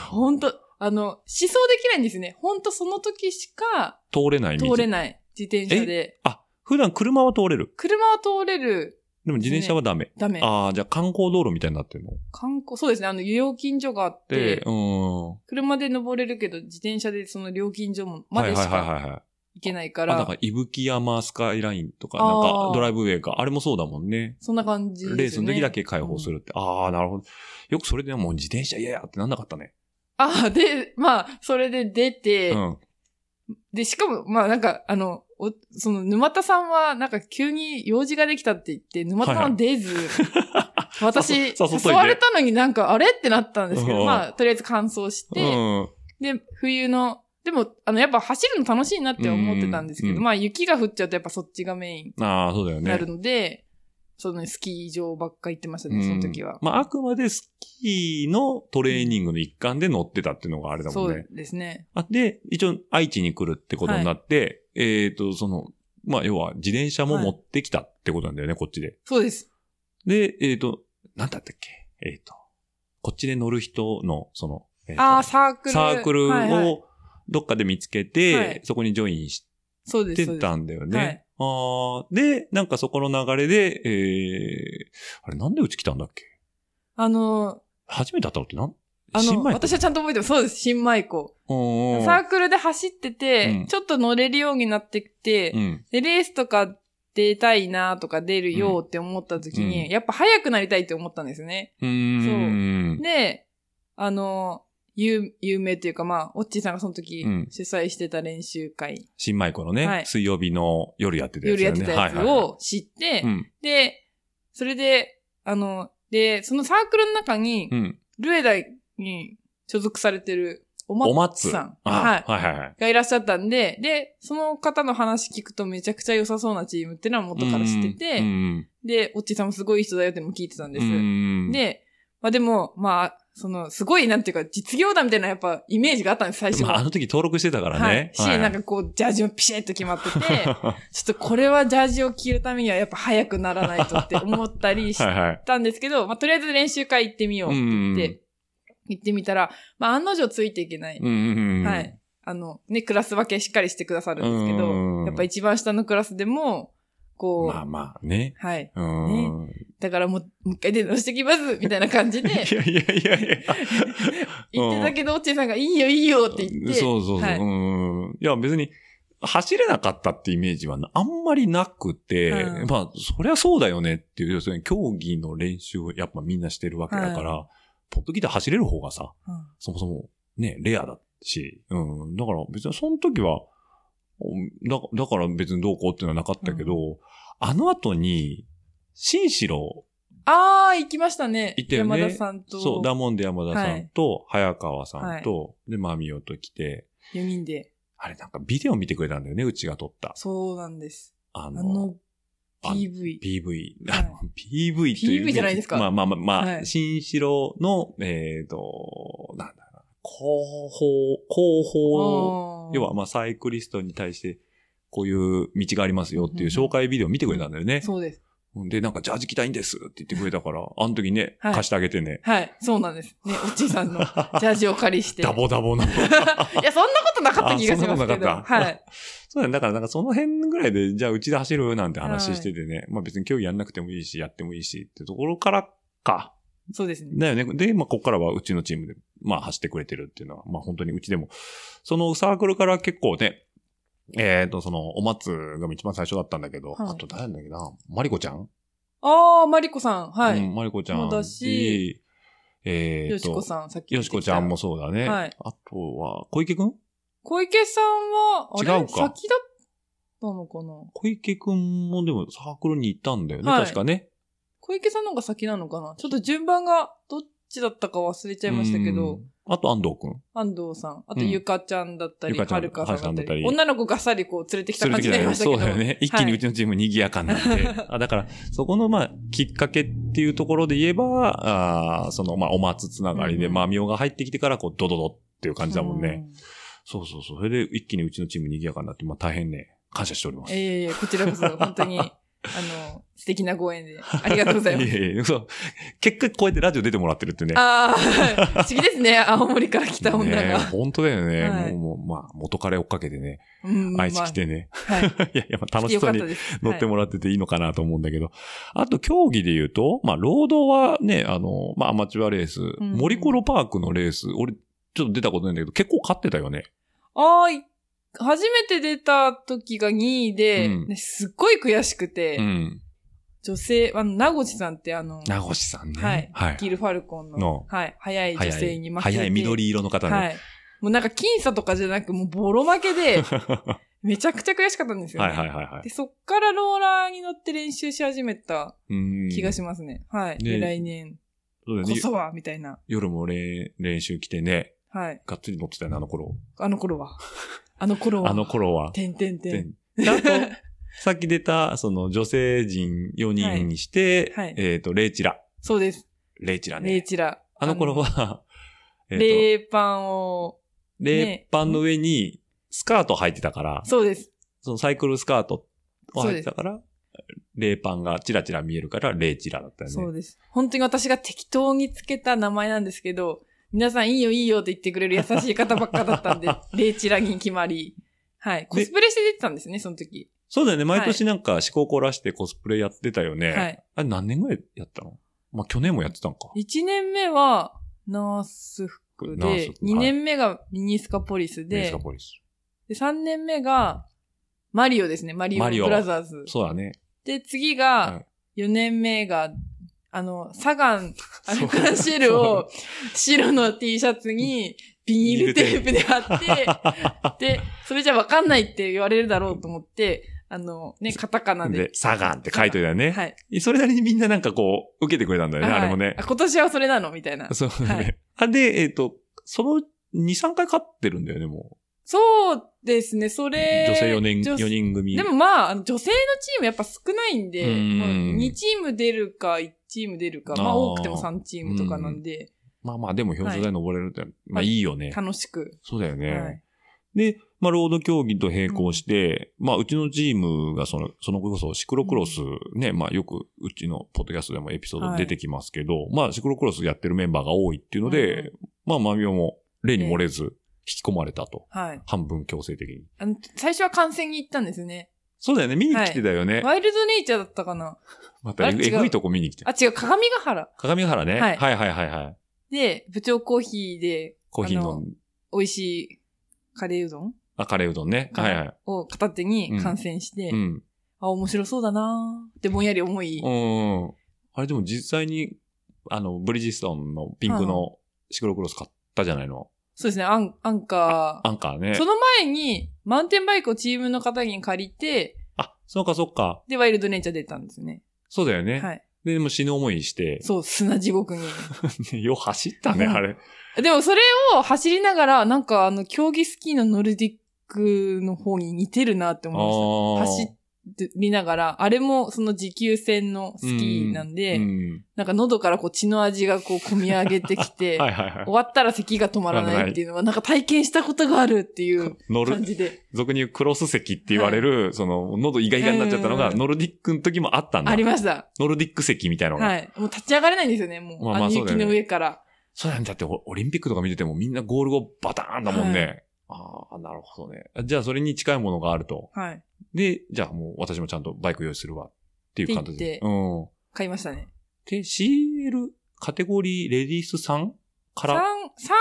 本当あの、思想できないんですね。本当その時しか通れない道。通れい。ない。自転車で。あ、普段車は通れる。車は通れる。でも自転車はダメ。ダメ。ああ、じゃあ観光道路みたいになってるの観光、そうですね。あの、料金所があっで、て、うーん。車で登れるけど、自転車でその料金所もまはいではいしはいかはいはい。行けないか、あ、なんから伊吹山スカイラインとか、あなんーかドライブウェイか、あれもそうだもんね。そんな感じレーでスすよのね。時だけ解放するって。ああ、なるほど。よくそれでもう自転車嫌やってなんなかったね。あ、で、まあ、それで出て、うん。で、しかも、まあ、なんか、あの、おその、沼田さんは、なんか、急に用事ができたって言って、沼田さんは出ず、 誘私、っといて誘われたのになんか、あれってなったんですけうど、んまあ、とりあえず乾燥して、うん。で、冬の、でも、あの、やっぱ走るの楽しいなって思ってたんですけうんうど、んまあ、雪が降っちゃうとやっぱそっちがメインああ、そうだよにね。なるので、その、スキー場ばっか行ってましたね、その時はうん。まあ、あくまでスキーのトレーニングの一環で乗ってたっていうのがあれだもそんうね。ですね。あで、一応愛知に来るってことになって、えっ、と、その、まあ、要は自転車も持ってきたってことなんだよね、こっちで。そうです。で、えっ、と、なんだったっけえっ、と、こっちで乗る人の、その、えーとああ、サークル。サークルはいはいをどっかで見つけはてい、そこにジョインしそうです。てそうですたんだよね。あーで、なんかそこの流れで、えー、あれなんでうち来たんだっけあの、初めて会ったのってなんあ新の、米私はちゃんと覚えてます。そうです、新米湖。うんうんサークルで走ってて、うんちょっと乗れるようになってきて、うん。で、レースとか出たいなとか出るよって思った時に、うんやっぱ速くなりたいって思ったんですよね。うん。で、あの、有有名というか、まあ、オッチーさんがその時うん主催してた練習会、新米子のね、はい水曜日の夜やってたやつだよ夜やっね。てたやつはいはいはいを知って、うん。で、それで、あの、で、そのサークルの中に、うん。ルエダに所属されてるおおまっ松つさん。あはい。はいはいはい。がいらっしゃったんで、で、その方の話聞くとめちゃくちゃ良さそうなチームってのは元から知ってて、うん。で、オッチーさんもすごい人だよっても聞いてたんです。うん、で、まあでも、まあ、その、すごい、なんていうか、実業団みたいな、やっぱ、イメージがあったんです、最初まあ、あは。の時登録してたからはいね。。し、なんかこう、ジャージもピシッと決まってて、ちょっ はとこれはジャージを着るためには、やっぱ早くならないとって思ったりしいはい。たんですけど、まあ、とりあえず練習会行ってみよううっんてうん言って、行ってみたら、まあ、案の定ついていけない。うんうんうん。はい。あの、ね、クラス分けしっかりしてくださるんですけうど、んやっぱ一番下のクラスでも、こう、まあまあね。はい。うん。だからもう、もう一回出直してきます、みたいな感 じで、いやいやいやい や。言ってたけど、オッチーさんが、いいよいいよって言って、そうそうそう。はいうん。いや、別に、走れなかったってイメージはなあんまりなくて、うんまあ、そりゃそうだよねっていう、要するに競技の練習をやっぱみんなしてるわけだから、ポッドギター走れる方がさ、うんそもそもね、レアだし、うん。だから別にその時は、うんだだから別にどうこうっていうのはなかったけど、あの後に、新城、あー、行きましたね。行ったよね山田さんと、そう、ダモンデ山田さんと、早川さんと、で、マミオと来て、 4人で。あれなんかビデオ見てくれたんだよね、うちが撮った。そうなんです。ああの、の、PV。 PV。はいあの PV という、 PV じゃないですかまあまあまあ、まあはい新城の、えっ、と、なんだろうな、広報、広報、あー要はまあサイクリストに対して、こういう道がありますよっていう紹介ビデオ見てくれたんだよね。そうです。で、なんかジャージ着たいんですって言ってくれたから、あの時ね、はい貸してあげてね。はい、そうなんです。ね、オッチー さんのジャージをお借りして。ダボダボの。 いや、そんなことなかった気がしますけあそんなど。ことなかったはい。そうだね。だから、なんかその辺ぐらいで、じゃあうちで走るなんて話しててね。まあ別に競技やんなくてもいいし、やってもいいしってところからか。そうですね。だよね。で、まあここからはうちのチームで、まあ走ってくれてるっていうのは、まあ本当にうちでも、そのサークルから結構ね、えっ、と、その、お松が一番最初だったんだけど、はいあと誰なんだっけな、マリコちゃんあー、マリコさん、はうい。ん、マリコちゃん。そうだし、えよっ、しことさん、さっき言よってしきた。こちゃんもそうだね。はいあとは、小池くん小池さんは、あれ違うか先だったのかな小池くんもでもサークルに行ったんだよね、はい確かね。小池さんの方が先なのかなちょっと順番がどっちだったか忘れちゃいましたけうど、ん。あと安藤くん。安藤さん、あとうんゆかちゃんだったり、ゆかちゃんはるかさんだったはるかさんり、だ女の子がっさりこう連れてきたそれ感じになりましたけそど。うだよね。一気にうち、ちのチーム賑やかになって。 あだから、そこの、まあ、きっかけっていうところで言えば、あーその、まあ、お松つながりで、うんうんまあ、みおが入ってきてから、こう、ドドドっていう感じだもんね。う。そうそうそう。それで、一気にうちのチーム賑やかになって、まあ、大変ね、感謝しております。ええこちらこそ本 当に、あの、素敵なご縁で、ありがとうございます。や いやそう。結果、こうやってラジオ出てもらってる ってね。ああ、不思議ですね。青森から来た女ねえが。本当だよね。はいもう、もうまあ、元彼追っかけてね、うん愛知来てね。まあはい。 いやいや、まあ、楽しそうに来てよかったです乗ってもらってていいのかなと思うんだけど。あと、競技で言うと、まあ、ロードはね、あの、まあ、アマチュアレース、んモリコロパークのレース、俺、ちょっと出たことないんだけど、結構勝ってたよね。はいあーい初めて出た時が2位で、うんねすっごい悔しくて、うん。女性、あの、名越さんってあの、名越さんね。はいはい。ギルファルコンの、のはい、早い女早性にい負けて。早い緑色の方ね。はい。もうなんか僅差とかじゃなく、もうボロ負 けで、はめちゃくちゃ悔しかったんですいよ、ね。はいはいはいで、。そっからローラーに乗って練習し始めたうん 気がしますね。はい。で、ね来年そうだよこねそは、みたいな。夜もれ練習来てね、はい。がっつり乗ってたよね、あの頃。あの 頃は。あの頃は。あの頃は。てんてんてん。で あと、さっき出た、その、女性陣4人にして、はいはいえっ、と、レイチラ。そうです。レイチラね。レイチラ。あの頃は、あ えの。っと、冷パンを、冷パンの上にスカート履いてたから、そうです。そのサイクルスカートを履いてたから、冷パンがチラチラ見えるから、冷チラだったよね。そうです。本当に私が適当につけた名前なんですけど、皆さんいいよいいよって言ってくれる優しい方ばっかだった んで、レイチラに決まり。はい。コスプレして出てたんですね、その時。そうだよね。毎年なんか思考凝らしてコスプレやってたよね。はいあれ何年ぐらいやったのまあ去年もやってたんか。 1年目は、ナース服ナースで、服2年目がミニスカポリスミニスでカ、ポリス。で3年目が、マリオですね。マリマリオオブラザーズ。そうだね。で、次はがい、 4年目が、あの、サガン、アルカンシェルそうを、白の T シャツに、ビニールテープで貼って、で、それじゃわかんないって言われるだろうと思って、あの、ね、カタカナでで、。サガンって書いといたよね。はい。それなりにみんななんかこう、受けてくれたんだよね、あれもねはい。今年はそれなのみたいな。そうだね。はいあで、えっ、と、その2、3回勝ってるんだよね、も。そうですね、そうれ。女性4人、女四人組。でもまあ、あの女性のチームやっぱ少ないんで、うんまあ2チーム出るか1チーム出るか、まあーあ多くても3チームとかなんで、まあまあ、でも表彰台登れるって、まあいいよね。楽しく。そうだよね。はいで、まあ、ロード競技と並行して、まあ、うちのチームがその、そのこそシクロクロスね、まあ、よくうちのポッドキャストでもエピソード出てきますけど、まあ、シクロクロスやってるメンバーが多いっていうので、うんまあ、マミオも例に漏れず引き込まれたと。はい。半分強制的に。あの、最初は観戦に行ったんですね。そうだよね、見に来てたよね。ワイルドネイチャーだったかなまたあえれぐ、違うえぐいとこ見に来て。あ、違う、鏡ヶ原。鏡ヶ原ね、ははいい。はいはいはいはい。で、部長コーヒーで、コーヒーあのの、美味しいカレーうどんあ、カレーうどんね。ははいいはい。を片手に観戦して、うん。あ、面白そうだなーってぼんやり思い、うん。あれでも実際に、あの、ブリヂストンのピンクのシクロクロス買ったじゃないの。そうですね、アンアンカアンカーねー。そ。の前に、マウンテンバイクをチームの方に借りて、あ、そうかそうか。で、ワイルドネイチャー出たんですね。そうだよね。はい。で、でも死ぬ思いして。そう、砂地獄に。 よう走ったね、あれ。でもそれを走りながら、なんかあの、競技スキーのノルディックの方に似てるなってあ思いました。ー走りながら、あれもその持久戦のスキーなんで、うんなんか喉からこう血の味がこう込み上げてき て、はいはいはい終。わったら咳が止まらないっていうのは、なんか体験したことがあるっていう乗感る、じで、俗に言うクロス席って言われる、その、喉イガイガになっちゃったのが、うんノルディックの時もあったんだあり。ました。ノルディック席みたいなのが。はい。もう立ち上がれないんですよね、もう。まああまあのそうだよ雪ねの上から。そうなんだって、オオリンピックとか見ててもみんなゴール後バターンだもんね。ああ、なるほどね。じゃあそれに近いものがあると。はい。で、じゃあもう私もちゃんとバイク用意するわ。っていう形ってで。言うん。買いましたね。で、CL カテゴリーレディース 3? か3ら。、三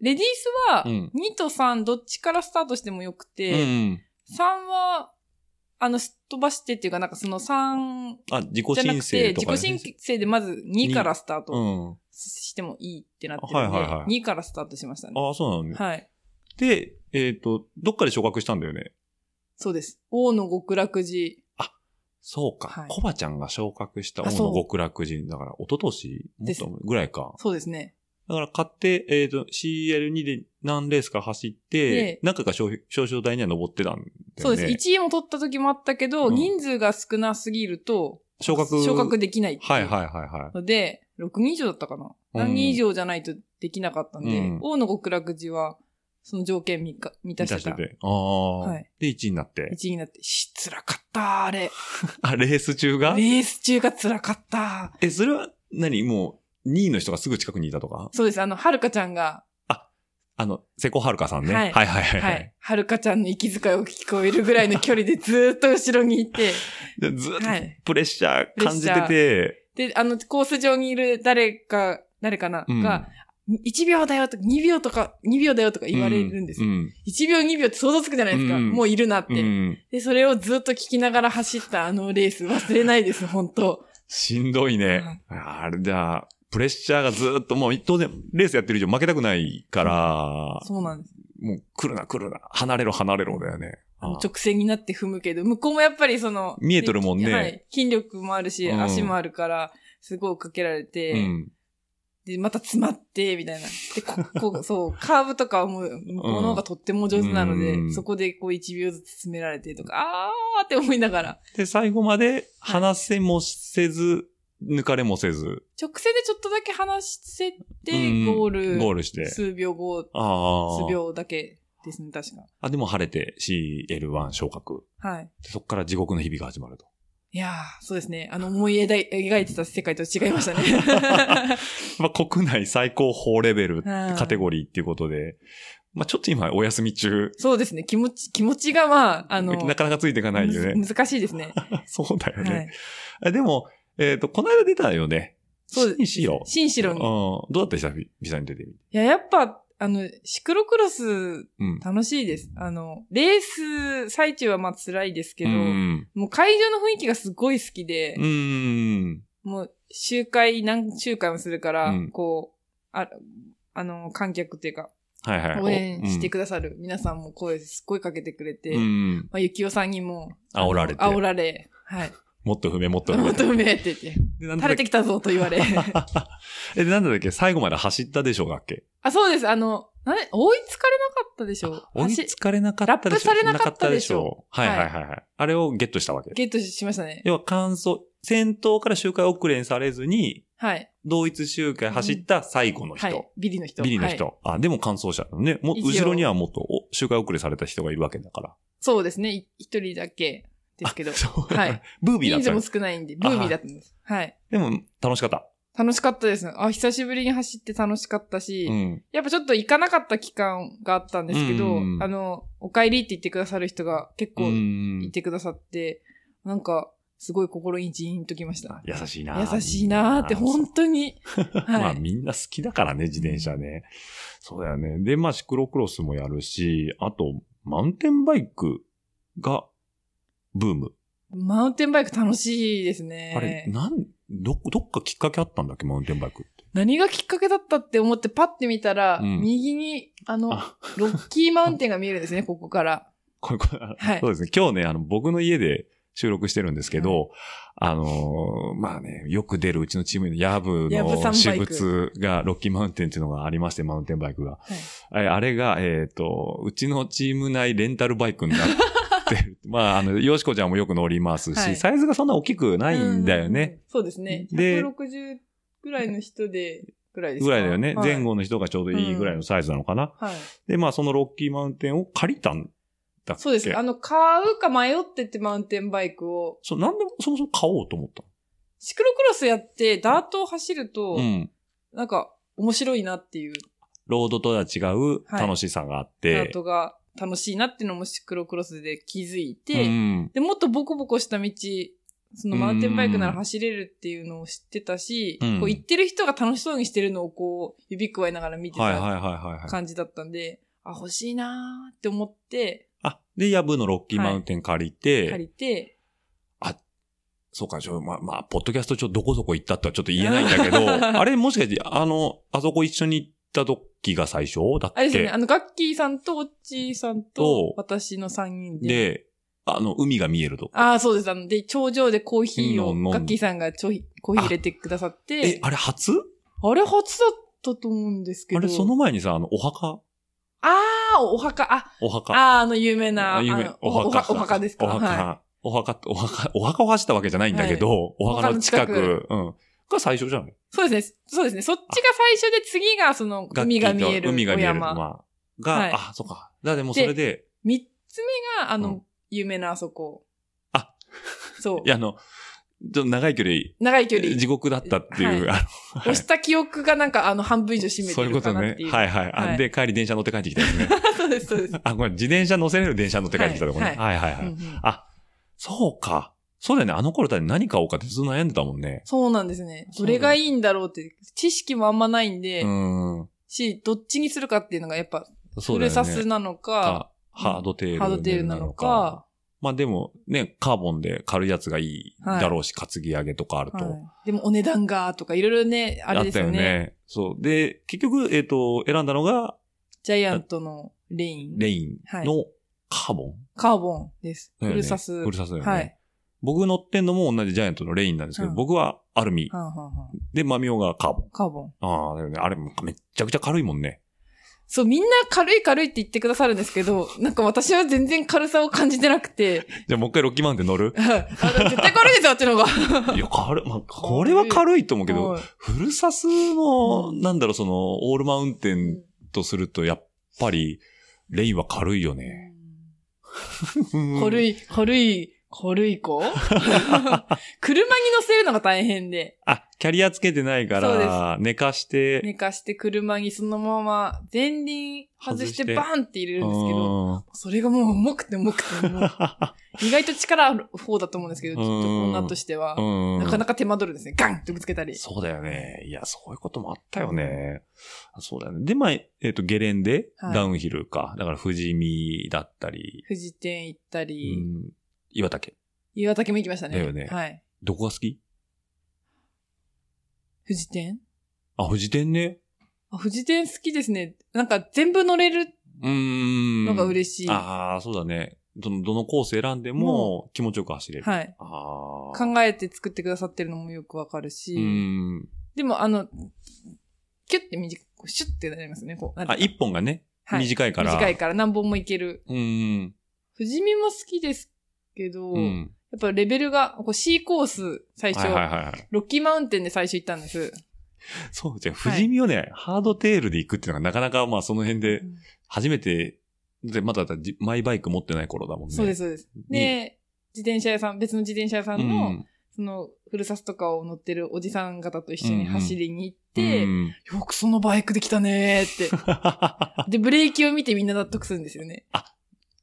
レディースは、うん2と3どっちからスタートしてもよくうて、んうん。 3は、あの、すっ飛ばしてっていうか、なんかその3あ、自己じゃ申なくて、請と自か、ね。己申請でまず2からスターうトん。してもいいってなってるんで、はいはいはい2からスタートしましたね。ああ、そうなのね。はい。で、えっ、と、どっかで昇格したんだよね。そうです。王の極楽寺。そうか。はいコバちゃんが昇格したあ王そうの極楽人。だから、一昨年もっとぐらいか。そうですね。だから買って、えっ、と、CL2 で何レースか走っでて、何回か表彰台には登ってたんだよね。そうです。1位も取った時もあったけど、うん人数が少なすぎると、昇格。昇格できないっていうはいはいはいはので、6人以上だったかな。うん何人以上じゃないとできなかったんで、うん王の極楽寺は、その条件満た満い。たしてた。て。ああ、はいで、1位になって。 1位になって、し、辛かった、あれ。あ、レース中がレース中が辛かった。え、それは何、もう、2位の人がすぐ近くにいたとかそうです、あの、はるかちゃんが、あの、瀬古遥さんね。ははいいはいはいははいい。。はるかちゃんの息遣いを聞こえるぐらいの距離でずーっと後ろにい て、でずっとはいプレッシャー感じてて、で、あの、コース上にいる誰か、誰かな、うんが、1秒だよとか、2秒とか、2秒だよとか言われるんですうよ。ん。 1秒、2秒って想像つくじゃないですか。うんもういるなって、うん。で、それをずっと聞きながら走ったあのレース、忘れないです、本当しんどいね。あれじゃあ、プレッシャーがずっともう、当然、レースやってる以上負けたくないから、そうなんです。もう来るな来るな、離れろ離れろだよね。あのあ直線になって踏むけど、向こうもやっぱりその、見えとるもんねはい。筋力もあるし、うん足もあるから、すごい追っかけられて、うん。で、また詰まって、みたいな。で、こ、 こ、そう、カーブとかはもう、向こうの方がとっても上手なので、うんそこでこう1秒ずつ詰められてとか、あーって思いながら、で、最後まで話せもせず、抜かれもせず、直線でちょっとだけ離せて、うんゴール、ゴールして。数秒後、あ数あ。秒だけですね、確か。あ、でも晴れて CL1 昇格。はい。でそこから地獄の日々が始まると。いやー、そうですね。あの、思い描い描いてた世界と違いまし たね。まあ、国内最高峰レベルんカテゴリーっていうことで、まあ、ちょっと今お休み中、そうですね。気持ち、気持ちがまあ、あの、なかなかついていかないよね。むず難しいですね。 そうだよはねい。。あでも、えっ、と、この間出たよね。そうにしよう。新城うん。に。いどうだった久々に出てみて。や、やっぱ、あの、シクロクロス、うん。楽しいです。あの、レース最中はまあ辛いですけど、うん。もう会場の雰囲気がすごい好きで、うん。もう周回何周回もするから、うんこう、あ、あの、観客っていうか、はいはい。応援してくくださる皆さんも声すっごいかけてくれて、うん。まあ、ゆきおさんにも、煽られてあの煽られ、はい。もっと踏め、もっと踏め。求めって 言って、でなんだ垂っけれてきたぞと言 われ。 え、でなんだっけ最後まで走ったでしょうがっけあ、そうです。あの、な大追いつかれなかっったでしょ鬼走疲れなかったでしょラップされなかったでしょなかったでしょはいははいいはいはい。あれをゲットしたわけです。ゲットしましたね。要は感想、先頭から周回遅れにされずに、はい。同一周回走った最後の人。はい。ビリの人。ビリの人。はいあ、でも完走者だね。もう、一応後ろにはもっとお周回遅れされた人がいるわけだから。そうですね。い一人だけですけど。そうはい。 ブービーだ人った数よも。少ないんで、ブービーだったんです。はい。でも、楽しかった。楽しかったです。あ、久しぶりに走って楽しかったし、うん。やっぱちょっと行かなかった期間があったんですけど、うんあの、お帰りって言ってくださる人が結う構んい。てくださって、なんか、すごい心にジーンときました。優しいな優しいなーって、本当に。 まはあい。みんな好きだからね、自転車ね。そうだよね。で、まあシクロクロスもやるし、あと、マウンテンバイクが、ブーム。マウンテンバイク楽しいですね。あれ、なん、ど、どっかきっかけあったんだっけ、マウンテンバイクって。何がきっかけだったって思ってパッて見たら、うん右に、あの、あ、ロッキーマウンテンが見えるんですね、ここから。これ、これ、はいそうですね。今日ね、あの、僕の家で収録してるんですけど、あのーまあね、よく出るうちのチームのヤブヤブさんバイのク私物が、ロッキーマウンテンっていうのがありまして、マウンテンバイクが。はいえあれが、えっ、と、うちのチーム内レンタルバイクになって る。まあ、あの、よしこちゃんもよく乗りますし、はいサイズがそんな大きくないんだようんうんね。うん。そうですね。で160ぐらいの人で、ぐらいですかぐらいだよね、はい前後の人がちょうどいいぐらいのサイズなのかな。はい。で、まあ、そのロッキーマウンテンを借りたんだっけそうです。あの、買うか迷っててマウンテンバイクを、そう、なんでもそもそも買おうと思ったシクロクロスやってダートを走るのと、うん。なんか面白いなっていう、ロードとは違うはい楽しさがあっダて。ートが楽しいなっていうのもシクロクロスで気づいて、うん。で、もっとボコボコした道、そのマウンテンバイクなら走れるっていうのを知ってたし、うんこう行ってる人が楽しそうにしてるのをこう指くわえながら見てはいはいたはいはいはい。感じだったんで、あ、欲しいなーって思って、あ、で、ヤブのロッキーマウンテン借りて、借りて、そうか、ちょ、まあ、まあ、ポッドキャストちょ、どこそこ行ったとはちょっと言えないんだけ ど、あれもしかして、あの、あそこ一緒に行った時が最初だっあれですけよね、あの、ガッキーさんとオッチーさんとと私の3人で。で、あの、海が見えると。ああ、そうです。あの、で、頂上でコーヒー飲んでを、ガッキーさんがちょいコーヒー入れてくださっえて、、ああれ初れ初だったと思うんですけど。あれその前にさ、あの、お墓ああ、お墓、あ、お墓。ああ、あの、有名な、有名あのお墓おお墓ですかおはい墓。お墓、お墓、お墓を走ったわけじゃないんだけど、お墓の近お墓のく、うん。が最初じゃないそうですね。そうですね。そっちが最初で、次がその、海が見える。海が見えおる。山まあ。が、はいあ、そうか。だでもそれで、三つ目が、あの、うん有名なあそこ。あそうい。や、あの、ちょっと長い距離、長い距離。地獄だったっていう、あの押した記憶がなんか、あの、半分以上占めそうていうことるかなねっていう。。 はいはい。あはいで、帰り電車乗って帰ってきたやつね。 そうです、そうです。あ、これ自転車乗せれる電車乗って帰ってきたとこね。ははいいはいはい。うんうんあ、そうか。そうだよね。あの頃だって何買おうかってずっと悩んでたもんね。そうなんですね。どれがいいんだろうって、知識もあんまないんで、うーん。し、どっちにするかっていうのがやっぱ、そフうだルよサスね。なのかか、ハードテールハードテールなのか、まあでもね、カーボンで軽いやつがいいだろうし、担ぎ上げとかあると。はいでもお値段が、とかいろいろね、あれですよね。そう。で、結局、えっ、と、選んだのが、ジャイアントのレイン。レインのカーボン、カーボンです。だフよねルサス。フルサスだよね。はい。僕乗ってんのも同じジャイアントのレインなんですけど、うん僕はアルミ。はんはんはんで、マミオがカーボン。カーボン。ああ、だよね。あれ、めっちゃくちゃ軽いもんね。そう、みんな軽い軽いって言ってくださるんですけど、なんか私は全然軽さを感じてなくて、じゃあもう一回ロッキーマウンテン乗るあ絶対軽いですよ、あっちの方が。いや、軽い。まあ、これは軽いと思うけど、はいフルサスの、うんなんだろう、その、オールマウンテンとすると、やっぱり、レインは軽いよね。軽い。い、軽い、軽い 子車に乗せるのが大変で、あ、キャリアつけてないかそうらで、寝かして、寝かして車にそのまま前輪外し外てしてバーンって入れうるんですけど、んそれがもう重くて重くて、もう意外と力ある方だと思うんですけど、きっとうん女としては、うんなかなか手間取るんですね。ガンってぶつけたり。そうだよね。いや、そういうこともあったよね。そうだよね。で、まあ、えっ、と、ゲレンデ、はいダウンヒルか。だから、富士見だったり、富士店行ったうり、ん、岩竹。岩竹も行きましたね。だよねはい。どこが好き富士店あ、富士店ね。あ、富士店好きですね。なんか全部乗れるうーん。のがし嬉しい。はああ、そうだね。どの、どのコース選んでもも気持ちよく走れい。る。い。ああ。考えて作ってくださってるのもよくわかるうし、ん。でもあの、キュッて短く、シュッてなりますね、こう。なんてあ、一本がね。はい。短いから。短いから何本もいける。うん。富士見も好きですけど、うん。やっぱレベルが、こう C コース、最初、はいはいはいはい。ロッキーマウンテンで最初行ったんです。そう、じゃあ、富士見をね、ハードテールで行くっていうのがなかなか、まあその辺でうん、初めて、で、まだだってじマイバイク持ってない頃だもんね。。そうですす、そうです。で、自転車屋さん、別の自転車屋さうんの、ん。その、フルサスとかを乗ってるおじさん方と一緒うんにうん走りに行っうて、んよくそのバイクできたねーって。 で、ブレーキを見てみんな納得するんですよね。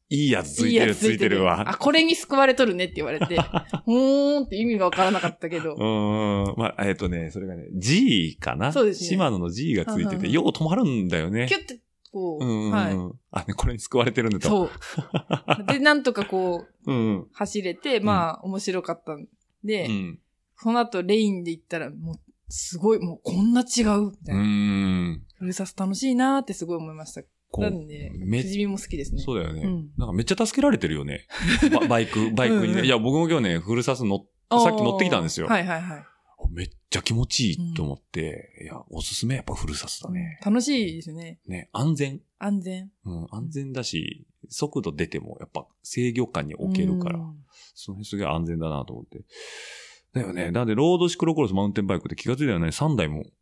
いいやつついてる、ついてるわ。あ、これに救われとるねって言われ て、ほーんって意味がわからなかったけどう。ーん。まあ、えっとね、それがね、G かなそうですねシマノの G がついてうんうんうて、んよう止まるんだよねキ。ュッて、こうう、んうんうん。はい。あ、ね、これに救われてるんだと。う。 そう。で、なんとかこう、うんうん。走れて、まあ、面白かったんで、うん。その後、レインで行ったら、もう、すごい、もう、こんな違う、みたういな。ん。フルサス楽しいなーってすごい思いました。こなう、んで、め富士見も好きですね。そうだよね。うん。なんかめっちゃ助けられてるよ ね。ババイク、バイクにうんうね。んいや、僕も今日ね、フルサス乗っ、さっき乗ってきたんですよおーはいはいはい。めっちゃ気持ちいいと思って、いや、おすすめやっぱフルサスだね。楽しいですね。ね、安全。安全。うん、安全だし、速度出てもやっぱ制御下に置けるからう、んその辺すげえ安全だなと思って。だよね。なんで、ロードシクロクロスマウンテンバイクって気がついたよね、3台も。持ってる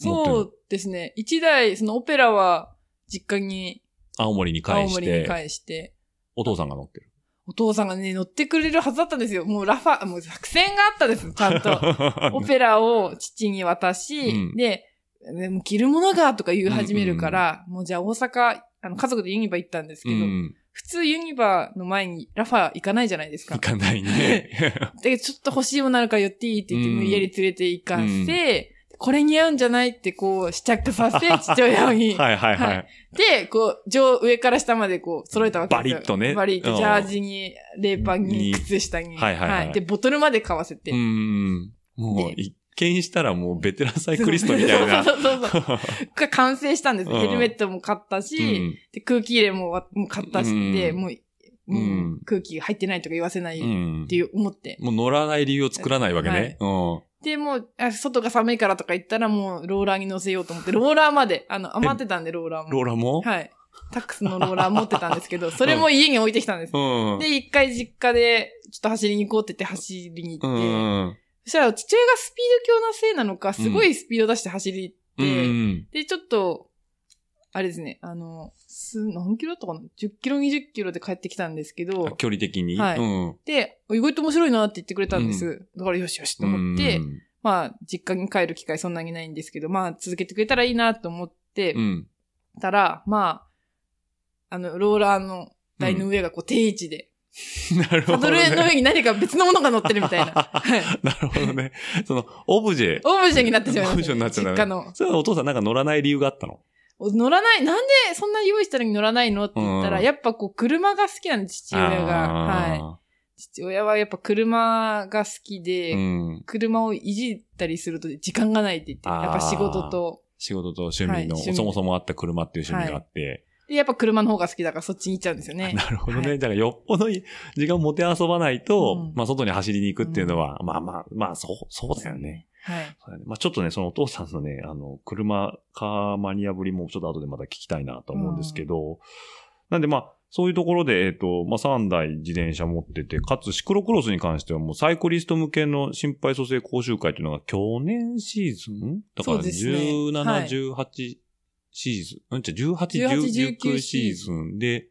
そうですね。一台、そのオペラは、実家に、青森に青返し森にて、返して、お父さんが乗ってる。お父さんがね、乗ってくれるはずだったんですよ。もうラファ、もう作戦があったです、ちゃ んと。オペラを父に渡し、うんで、でも着るものがとか言い始めるから、もうじゃあ大阪、あの、家族でユニバ行ったんですけうど、ん。普通ユニバの前にラファ行かないじゃないですか。行かないね。で、ちょっと欲しいものあるから言っていいって言って、うん無理やり連れて行かせ、これ似合うんじゃないってこう試着させ、父親に。 はいはいはい。で、こう、上、上から下までこう揃えたわけですよ。バリッとねバリッうんと、ジャージに、レーパンにに、靴下に。はいはいはいで、ボトルまで買わせて。うん。もう、で一見したらもうベテランサイクリストみたいな。そうそうそうそう。が完成したんです。うんヘルメットも買った し、うんで空気入れもわもう買ったうし、んでもう、もううん空気入ってないとか言わせないっうんていう思って。もう乗らない理由を作らないわけね。で、もう、あ外が寒いからとか言ったらもうローラーに乗せようと思って、ローラーまで、あの、余ってたんでローラーうん。ロも。ーラも、はい。タックスのローラー持ってたんですけど、それも家に置いてきたんです。うん。で、一回実家で、ちょっと走りに行こうって言って走りに行うって、ん。そしたら父親がスピード強なせいなのか、すごいスピード出して走りう行って、ん。で、ちょっと、あれですね、あの、す、何キロだったかな ?10 キロ、20キロで帰ってきたんですけど、距離的に。はいうん。で、意外と面白いなって言ってくれたんです。だからよしよしと思って、うんまあ、実家に帰る機会そんなにないんですけど、まあ、続けてくれたらいいなと思ってうん。 たら、まあ、あの、ローラーの台の上がこう定位置で、なるほサどドルのね。上に何か別のものが乗ってるみたい な。はいなるほどね。その、オブジェ。オブジェになってしまいまオブしジた、ェになっちゃったね実家の。それはお父さんなんか乗らない理由があったの。お乗らない、なんでそんな用意したのに乗らないのって言ったら、うんやっぱこう車が好きなんで、父親が。はい。父親はやっぱ車が好きいで、うん。車をいじったりすると時間がないって言って、あーやっぱ仕事と。仕事と趣はい味の、趣味そもそもあった車っていう趣味があって。で、やっぱ車の方が好きだからそっちに行っちゃうんですよね。 なるほどね。はだからよっぽどい時間を持て遊ばないと、うんまあ外に走りに行くっていうのは、まあまあ、まあそう、そうだよね。はい。そうだねまあちょっとね、そのお父さんのね、あの、車、カーマニアぶりもちょっと後でまた聞きたいなと思うんですけど、なんでまあ、そういうところで、えっ、と、まあ、3台自転車持ってて、かつシクロクロスに関してはもうサイクリスト向けの心肺蘇生講習会っていうのが去年シーズンだからそうですね17、はい18シーズン、うん、じゃあ18、 18 19 19シーズンで、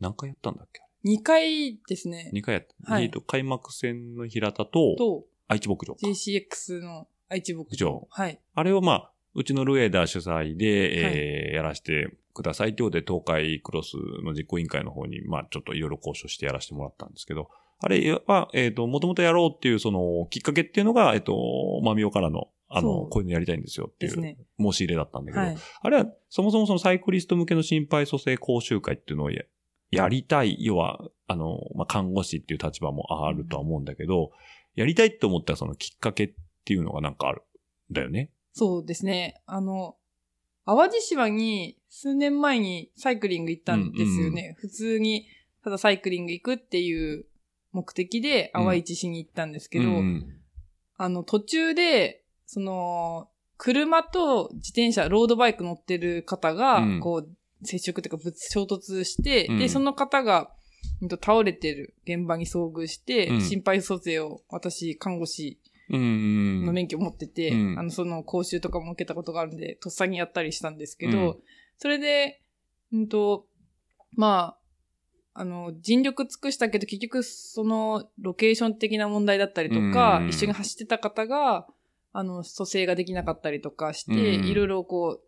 何回やったんだっけ2回ですね。 ?2 回やった。はいえっと、開幕戦の平田と、と、愛知牧場か。 JCX の愛知牧牧場。はい。あれをまあ、うちのルエーダー主催で、はいえーやらせてくださいということで、東海クロスの実行委員会の方に、まあ、ちょっといろいろ交渉してやらせてもらったんですけど、あれは、えっ、と、もともとやろうっていう、その、きっかけっていうのが、えっ、と、マミオからの、あその、うこういうのやりたいんですよってでいすうね。申し入れだったんだけど、はい。あれは、そもそもそのサイクリスト向けの心肺蘇生講習会っていうのをややりたい、要は、あの、まあ、看護師っていう立場もあるとは思うんだけど、やりたいって思ったそのきっかけっていうのがなんかあるんだよね。そうですね。あの、淡路島に数年前にサイクリング行ったんですよね。普通に、ただサイクリング行くっていう目的で淡市しに行ったんですけど、うんあの、途中で、その、車と自転車、ロードバイク乗ってる方が、うんこう、接触というかぶつ衝突して、うんで、その方が、うんと倒れてる現場に遭遇して、うん心肺蘇生を私、看護師うんの免許を持ってて、うんあの、その講習とかも受けたことがあるんで、とっさにやったりしたんですけうど、んそれで、うんと、まあ、あの、尽力尽くしたけど、結局、その、ロケーション的な問題だったりとか、うん一緒に走ってた方が、あの、蘇生ができなかったりとかして、うんいろいろこ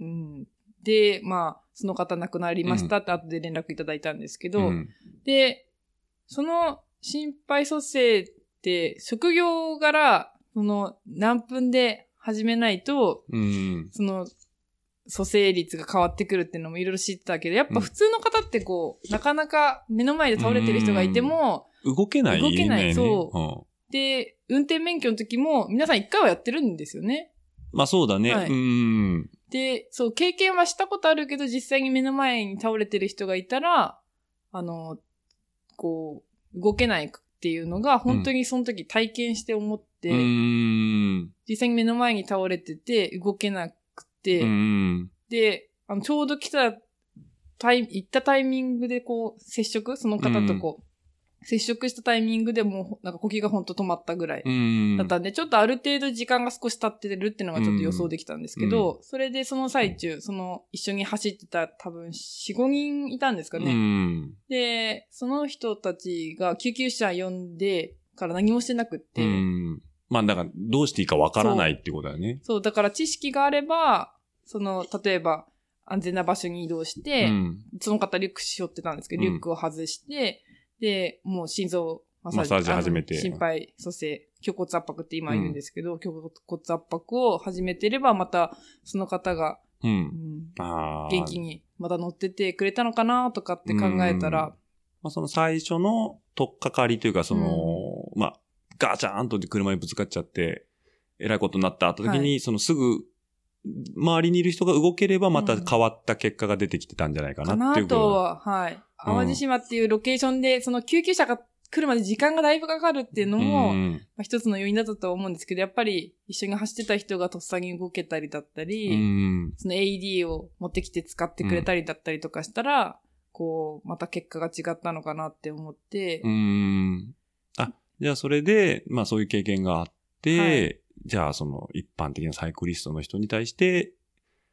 う、うん、で、まあ、その方亡くなりましたって後で連絡いただいたんですけど、うんで、その心肺蘇生って、職業柄、その何分で始めないと、うんその蘇生率が変わってくるっていうのもいろいろ知ってたけど、やっうんぱ普通の方ってこう、なかなか目の前で倒れてる人がいても、動けない動けないねそで、運転免許の時も皆さん一回はやってるんですよね。うんまあそうだね。はいうん。で、そう、経験はしたことあるけど、実際に目の前に倒れてる人がいたら、あの、こう、動けないっていうのが、本当にその時体験して思って、Mm, うん。実際に目の前に倒れてて、動けなくて、mm, うん。で、あのちょうど来たタイ、行ったタイミングでこう、接触、その方とこう、接触したタイミングでもう、なんか呼吸がほんと止まったぐらい。うん。mm, だったんで、ちょっとある程度時間が少し経ってるっていうのがちょっと予想できたんですけど、それでその最中、その一緒に走ってた多分4、5人いたんですかね。うん。で、その人たちが救急車呼んでから何もしてなくって、うん。まあだから、どうしていいかわからないってことだよね。そう、だから知識があれば、その、例えば安全な場所に移動して、うんその方リュックしよってたんですけど、うんリュックを外して、で、もう心臓ママッサージ始めてあの心肺蘇生、胸骨圧迫って今言うんですけど、胸骨圧迫を始めてれば、またその方が、う。うんんああ。元気にまた乗っててくれたのかなとかって考えたら、まあ、その最初の取っかかりというか、その、まあ、ガチャーンと車にぶつかっちゃって、えらいことになった後時に、はそのすぐ、周りにいる人が動ければまた変わった結果が出てきてたんじゃないかかなっていうなこととだ。は、はい。淡路島っていうロケーションで、その救急車が来るまで時間がだいぶかかるっていうのも、まんあ一つの要因だったと思うんですけど、やっぱり一緒に走ってた人がとっさに動けたりだったり、うん。その AED を持ってきて使ってくれたりだったりとかしたら、こう、また結果が違ったのかなって思って、うん。あ、じゃあそれで、まあそういう経験があって、はじゃあその一般的なサイクリストの人に対して、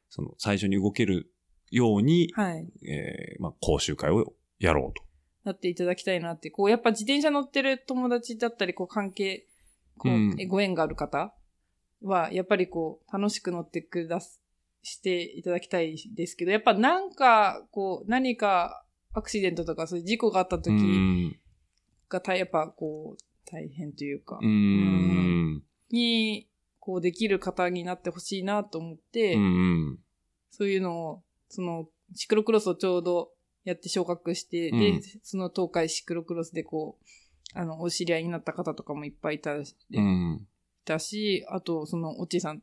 その最初に動けるように、はい。えーまあ講習会をやろうと。なっていただきたいなって、こう、やっぱ自転車乗ってる友達だったり、こう、関係、こう、うんえご縁がある方は、やっぱりこう、楽しく乗ってくだす、していただきたいですけど、やっぱなんか、こう、何か、アクシデントとか、そういう事故があったう時んが大、やっぱこう、大変というか、うん。に、こう、できる方になってほしいなと思って、うんそういうのを、その、シクロクロスをちょうどやって昇格して、うでん、その東海シクロクロスでこう、あの、お知り合いになった方とかもいっぱいいた,、うん。たし、あと、その、おっちいさん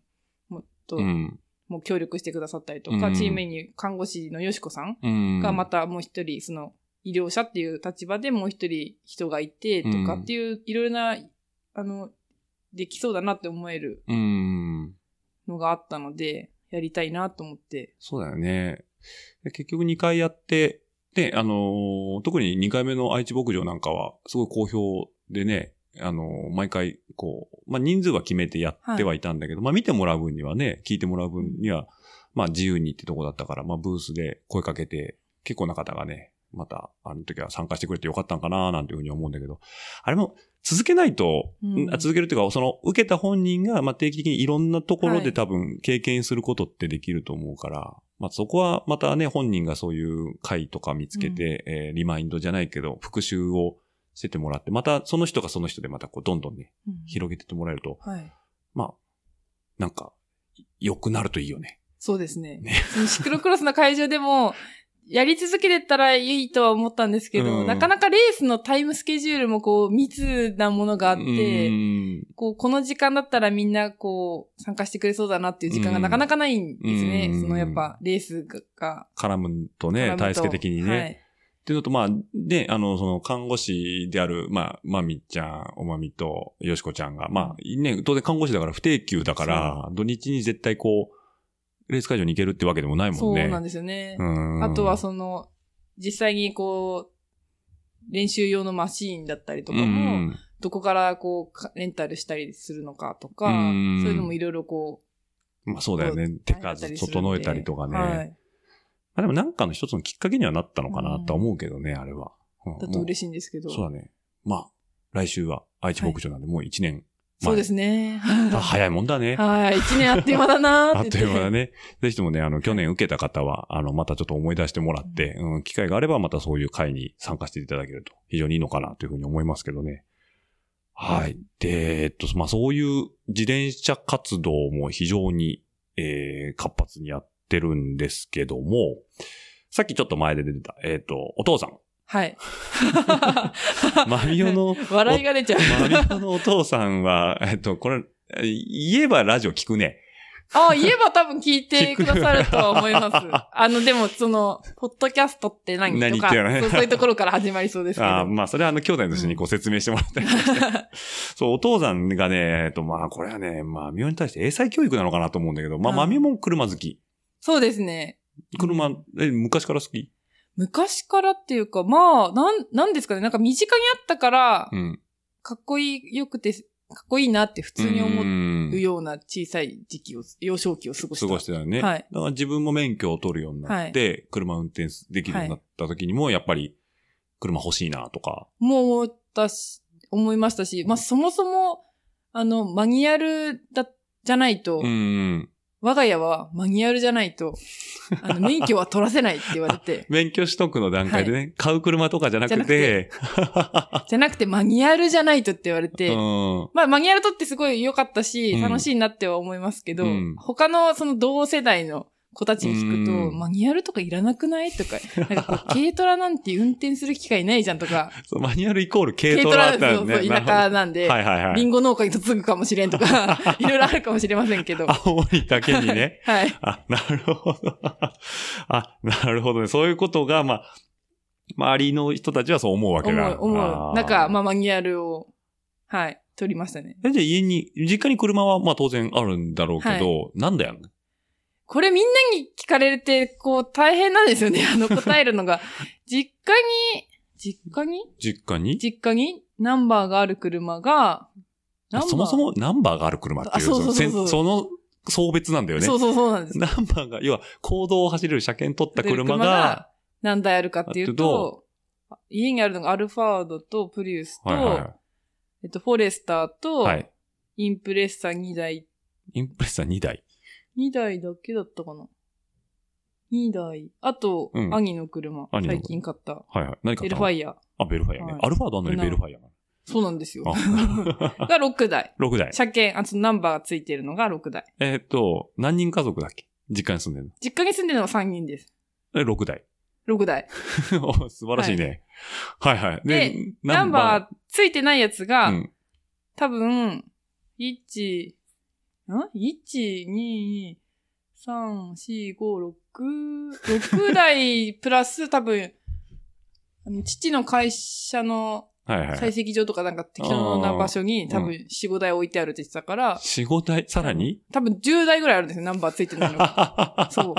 も、と、うん。もう協力してくださったりとか、うんチームに看護師のよしこさんうん。がまたもう一人、その、医療者っていう立場でもう一人人がいて、とかっていう、いろいろな、あの、できそうだなって思えるうん。のがあったので、やりたいなと思って。そうだよね。で結局2回やって、で、あのー特に2回目の愛知牧場なんかは、すごい好評でね、あのー毎回、こう、まあ、人数は決めてやってはいたんだけど、まあ、見てもらう分にはね、聞いてもらう分には、まあ、自由にってとこだったから、まあ、ブースで声かけて、結構な方がね、また、あの時は参加してくれてよかったんかな、なんていうふうに思うんだけど、あれも、続けないと、うんあ続けるっていうか、その、受けた本人が、まあ、定期的にいろんなところはでい多分、経験することってできると思うから、まあ、そこはまたね、本人がそういう会とか見つけて、えーリマインドじゃないけど、復習をしててもらって、また、その人がその人でまた、こう、どんどんね、広げてってもらえると、はい。まあ、なんか、良くなるといいよね。そうですね。ねそのシクロクロスの会場でも、やり続けてったらいいとは思ったんですけど、うんなかなかレースのタイムスケジュールもこう密なものがああって、こうこの時間だったらみんなこう参加してくれそうだなっていう時間がなかなかないんですね。うんそのやっぱレースが。絡むと絡ねむ、と体助的にね。っていうのと、まあ、で、あの、その、看護師である、まあ、まみちゃん、おまみと、よしこちゃんが、まあ、ね、当然看護師だから不定休だから、土日に絶対こう、レース会場に行けるってわけでもないそもんうね。なんですよね。うんあとはその、実際にこう、練習用のマシーンだったりとかも、うんどこからこうか、レンタルしたりするのかとか、うそうんいうのもいろいろこうんまあそうだよね。う、手数整えたりとかね。はい。まあでもなんかの一つのきっかけにはなったのかなとは思うけどね、あれは。うんだと嬉しいんですけど。もうそうだね。まあ、来週は愛知牧場なんで、もう一年前。そうですね。あ早いもんだね。はい。一年あっという間だなーあっという間だね。ね。ぜひともね、あの、去年受けた方は、あの、またちょっと思い出してもらって、うん、機会があればまたそういう会に参加していただけると非常にいいのかなというふうに思いますけどね。はい。で、えっと、まあ、そういう自転車活動も非常に、えー、活発にやってるんですけども、さっきちょっと前で出てた、えっ、と、お父さん。はい。 マリオの、笑いが出ちゃう。マリオのお父さんは、 えっと、これ、え言えばラジオ聞くね。あ、言えば多分聞いてくださるとは思います。 あの、でも、その、ポッドキャストって何何とかっていうのねそう、そういうところから始まりそうですけど。ああまあ、それはあの、兄弟の人にご説明してもらったりとかして。そう、お父さんがね、えっと、まあ、これはね、まあ、ミオに対して英才教育なのかなと思うんだけど、まあ、うんマミオも車好き。 そうですね。車、え、昔から好き昔からっていうか、まあ、なん、なんですかね。なんか身近にあったからう、ん。かっこいい、よくて、かっこいいなって普通に思思うような小さい時期を、幼少期を過ごした。過ごしてたよね。はいだから自分も免許を取るようになって、車運転できるようになった時にも、やっぱり、車欲しいなとか。もう思ったし、思いましたし、まあそもそも、あの、マニュアルだ、じゃないと、うん。、我が家はマニュアルじゃないと、あの、免許は取らせないって言われて 免許取得の段階でね、買う車とかじゃなくて、じゃなくてマニュアルじゃないとって言われうて、ん。まあ、マニュアル取ってすごい良かったし、うん楽しいなっては思いますけど、うん他のその同世代の子たちに聞くと、うんマニュアルとかいらなくない とか、なんかこう、軽トラなんて運転する機会ないじゃんとか、そうマニュアルイコール 軽トラだったそんうだそね。う、田舎なんで、はいはいはリい。ンゴ農家に嫁ぐかもしれんとか、 いろいろあるかもしれませんけど。青森だけにね。はい。あ、 なるほど。あ、なるほどね。そういうことが、まあ、周りの人たちはそう思うわけ思だう、。思あう。ーなんか、まあ、マニュアルを、はい、取りましたね。えじゃあ家に、実家に車はまあ当然あるんだろうけど、なんだよね。これみんなに聞かれて、こう、大変なんですよね。あの、答え るのが。実家に、実家に実家に実家にナンバーがある車が、ナンバーそもそもナンバーがある車っていう、あそうそうそうそうのせんその送別なんだよね。そうそうそうなんです。ナンバーが、要は、公道を走れる車検取った車出るが、、何台あるかっていうと、家にあるのがアルファードとプリウスと、はいはえっと、フォレスターと、い。はい。インプレッサー2台インプレッサー2台。二台だけだったかな。二台。あと、うん兄の車。兄の最近買った。はいはい。何かエルファイイア。ア。あ、ベルファイアね。はいアルファードあんのにベルファイアなの。そうなんですよ。あ が6台。 6台。車検、あとナンバーがついてるのが6台。えーっと、何人家族だっけ実家に住んでる実家に住んでるのは3人です。のえ、6台。 6台。 お素晴らしいね。はい、はい、で、ナンバーついてないやつが、うん。多分、1、ん ?1、2、3、4、5、6、6台 プラス多分、あの父の会社のはいは採い。石場とかなんか適当な場所にー多う分4、5台置いてあるって言ってたから、 4、5台、さらに多分10台ぐらいあるんですよ、ナンバーついて ないのが。そう。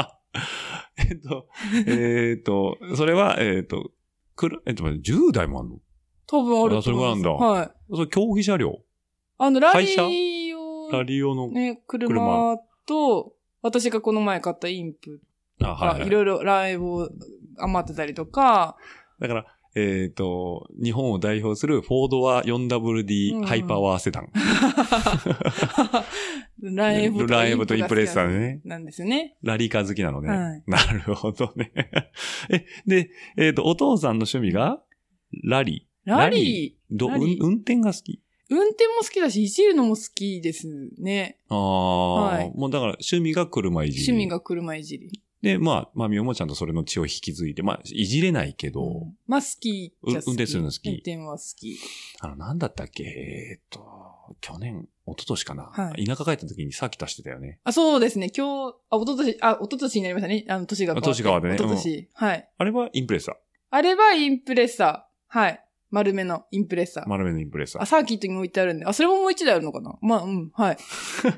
えっと、えっと、それは、えっと、くる、えっと、待って10台もあんの多分あると思いますあそれもはい。それ競技車両あの、ラリ会ーを、ラリー用の、ね、車と、私がこの前買ったインプあ、が、はいい、はい。ろいろライブを余ってたりとか、だから、えっと、日本を代表するフォードはうんう 4WD んハイパワーセダン。ライブライブとインプレッサーね。なんですよね。ラリーカー好きなのね。はいなるほどね。 え、で、えっ、と、お父さんの趣味が、ラリー。ラリー、ーど、うラリんー運転が好き。運転も好きだし、いじるのも好きですね。ああ、はいもうだから趣味が車いじり。趣味。が車いじり。で、まあ、まあ、みおもちゃんとそれの血を引き継いで、まあ、いじれないけど、うんまあ好きじゃ好うき。運転するの好き運転は好き。あの、なんだったっけ、えっ、と、去年、一昨年かな。はい田舎帰った時にサーキットしてたよね。あ、そうですね。今日、あ、おととし、あ、おととしになりましたね。あの、年が変わって。年が変わってねおととし。はい。あれはインプレッサー。あれはインプレッサー。はい。丸めのインプレッサー。丸めのインプレッサあ、ー。サーキットに置いてあるんで。あ、それももう一台あるのかなまあ、うん、はい。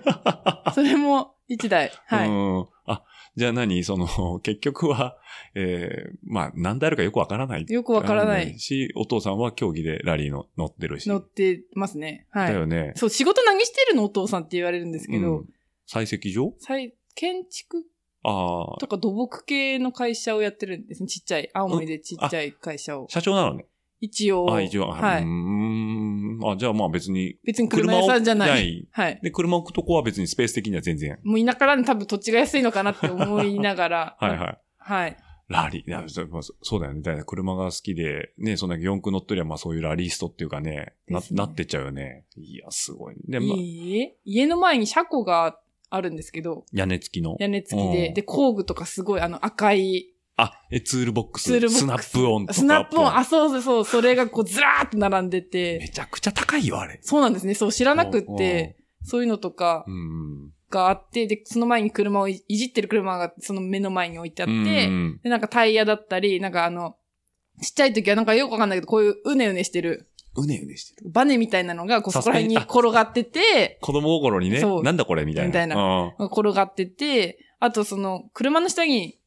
それも一台。はうい。ん。あ、じゃあ何その、結局は、えー、まあ、何であるかよくわからない。よくわからないし、お父さんは競技でラリーの乗ってるし。乗ってますね。はだい。よね。そう、仕事何してるのお父さんって言われるんですけうどん、採石場さい建築ああ、とか土木系の会社をやってるんですね。ちっちゃい。青森でちっちゃい会社を。社長なのね。一応。あ、一応。はうーい。ん。あ、じゃあまあ別に、別に車屋さんじゃな車をい。はい。で、車置くとこは別にスペース的には全然。。もう田舎なんで多分土地が安いのかなって思いながら はいはい。はい。ラリーいや。そうまあそうそうだよね。だから車が好きで、ね、そんだけ四駆乗っとりゃ、まあそういうラリーストっていうかね、なですねなってっちゃうよね。いや、すごい。で、まあ、いいえ家の前に車庫があるんですけど、屋根付きの。屋根付きうで、んで、工具とかすごいあの赤い、あ、え、ツールボックス。ツールボックススナップオンとか。スナップ音、アッあ、そうそうそう、それがこうずらーっと並んでプオンめて、ちゃくちゃ高いよ、あれ。そうなんですね、そう知らなくって、そういうのとかうん。うん。があって、で、その前に車をいいじってる車がその目の前に置いてあっうんうんて、で、なんかタイヤだったり、なんかあの、ちっちゃい時はなんかよくわかんないけど、こういううねうねしてる、うねうねしてる。バネみたいなのが、こうそこら辺にサスペ転がってて、子供心にねそ、うなんだこれみたいな。みたいなうん転がってて、あとその、車の下に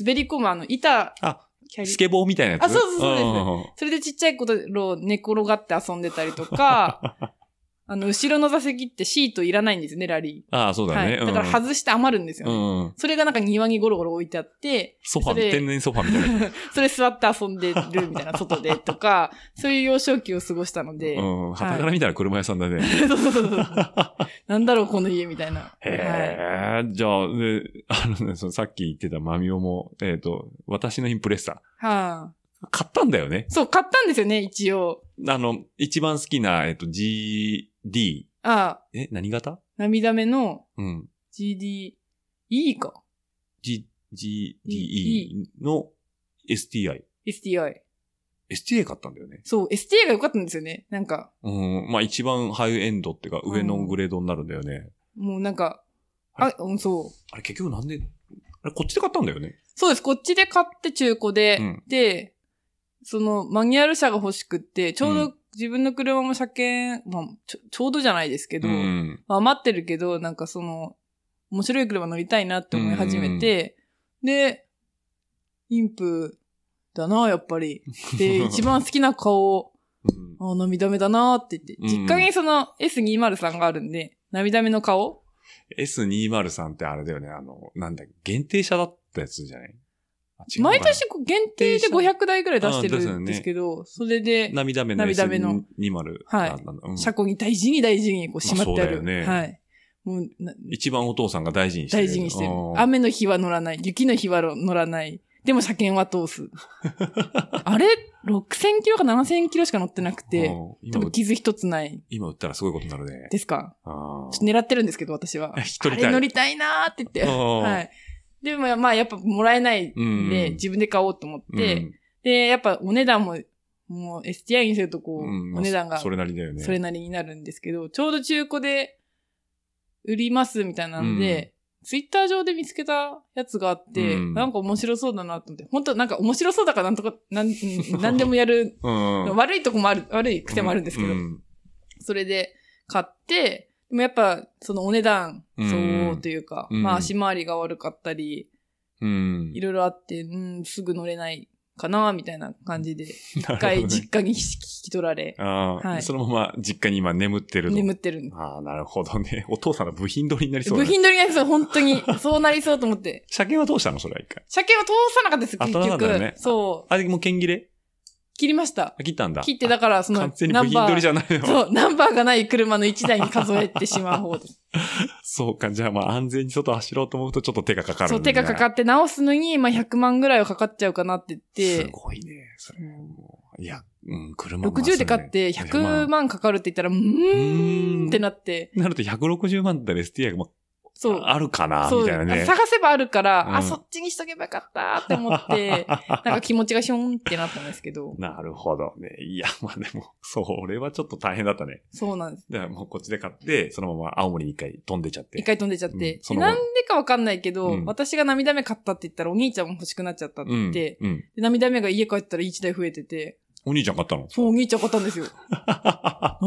滑り込むあの、板、あ、キャリスケボーみたいなやつ。あそうそうそうですんそれでちっちゃい子を寝転がって遊んでたりとか、 あの、後ろの座席ってシートいらないんですね、ラリあそうー。だね。はい。だからず、外して余るんですようね。んうん。それがなんか庭にゴロゴロ置いてあって、ソファそー、れ天然ソファーみたいな。それ座って遊んでるみたいな、外で とか、そういう幼少期を過ごしたの で、うん。はから見たら車屋さんだね。そうそうそうそうなんだろう、この家みたいな。はいへえ、じゃあ、で、あのね、そのさっき言ってたマミオも、えっ、と、私のインプレッサはあ。ー。買ったんだよね。そう、買ったんですよね、一応。あの、一番好きな、えっ、と、GD。ああ、え、何型涙目のうん。 GD、いいか。 G、GDE の STI。 STI。 STA 買ったんだよね。そう、STA が良かったんですよね。なんか、うん。まあ一番ハイエンドっていうか、上のグレードになるんだよね。もうなんか、ああれ、うん、そう。あれ結局なんで、あれこっちで買ったんだよね。そうです。こっちで買って中古で、うんで、そのマニュアル車が欲しくって、ちょうど自分の車も車検、まあ、ちょちょうどじゃないですけど、うん。まあ、余ってるけど、なんかその、面白い車乗りたいなって思い始めて、で、インプだな、やっ ぱり。で、一番好きな顔、うんあ涙目だなって言って、うん実家にその S203 があるんで、涙目の顔 S203 ってあれだよね、あの、なんだ、限定車だったやつじゃないあ違うのかな毎年こう限定で500台ぐらい出してあーですよるねんですけど、それで、涙目の涙目の S203。はいあなんだうん車庫に大事に大事にこうしまってある。まあそうだよねはい。もうな一番お父さんが大事にしてる。大事にしてるう。ん雨の日は乗らない。雪の日は乗らない。でも車検は通 す。あれ ?6000 キロか7000キロしか乗ってなくうて、ん多今分、傷一つない今売ったらすごいことになるね。ですかあちょっと狙ってるんですけど、私は あ。。一あ人れ乗りたいなーって言って。ははい。い。でも、まあ、やっぱもらえないんうで、ん自分で買おうと思っうんて、、で、やっぱお値段も、もう STI にするとこうう、んまあお値段がそれなりだよね。それなりになるんですけど、ちょうど中古で売りますみたいなので、ツイッター上で見つけたやつがあって、うんなんか面白そうだなと思って、本当なんか面白そうだからなんとか、 なん、うんなんでもやる、うん。うん悪いとこもある、悪い癖もあるんですけど、うんそれで買って、でもやっぱそのお値段、うん相応というか、うんまあ足回りが悪かったり、うんい。ろいろあって、うん、すぐ乗れないかな、みたいな 感じで、一一回実家に引き取られ、ああ、はいそのまま実家に今眠ってると。眠ってるんです。ああ、なるほどね。 お父さんの部品取りになりそうだ部ね品取りがそう、本当に、そうなりそうと思って。車検はどうしたのそれは一回。車検は通さなかったです、あ結通らなかった局。よねそう。あれ、もう剣切れ切りましたあ。切ったんだ。切って、だから、そあの、完全に部品取りじゃゃないの。そう、ナンバーがない車の1台に数えてしまう方です。 そうか、じゃあまあ安全に外走ろうと思うとちょっと手がかかるそう、手がかかっって直すのに、まあ、100万ぐらいはかかっちゃうかなって言すって、ごいね、それもう。いや、うん、車も60で買っまてあそうね100万かかるって言ったら、ううーーんんってなって、なると160万だったら STI が、まそう。あ、あるかな、そうみたいなね。探せばあるから、うんあ、そっちにしとけばよかったって 思って、なんか気持ちがひょんってなったんですけど、なるほどね。いや、まあでも、 それはちょっと大変だったね。そうなんです。だからもうこっちで買って、そのまま青森に一回飛んでちゃって。一回飛んでちゃってうん。その後なんでかわかんないけど、うん私が涙目買ったって言ったらお兄ちゃんも欲しくなっちゃったって言って、うん。うんで涙目が家帰ったら1台増えてて、お兄ちゃん買ったのそう、お兄ちゃん買った んですよ。な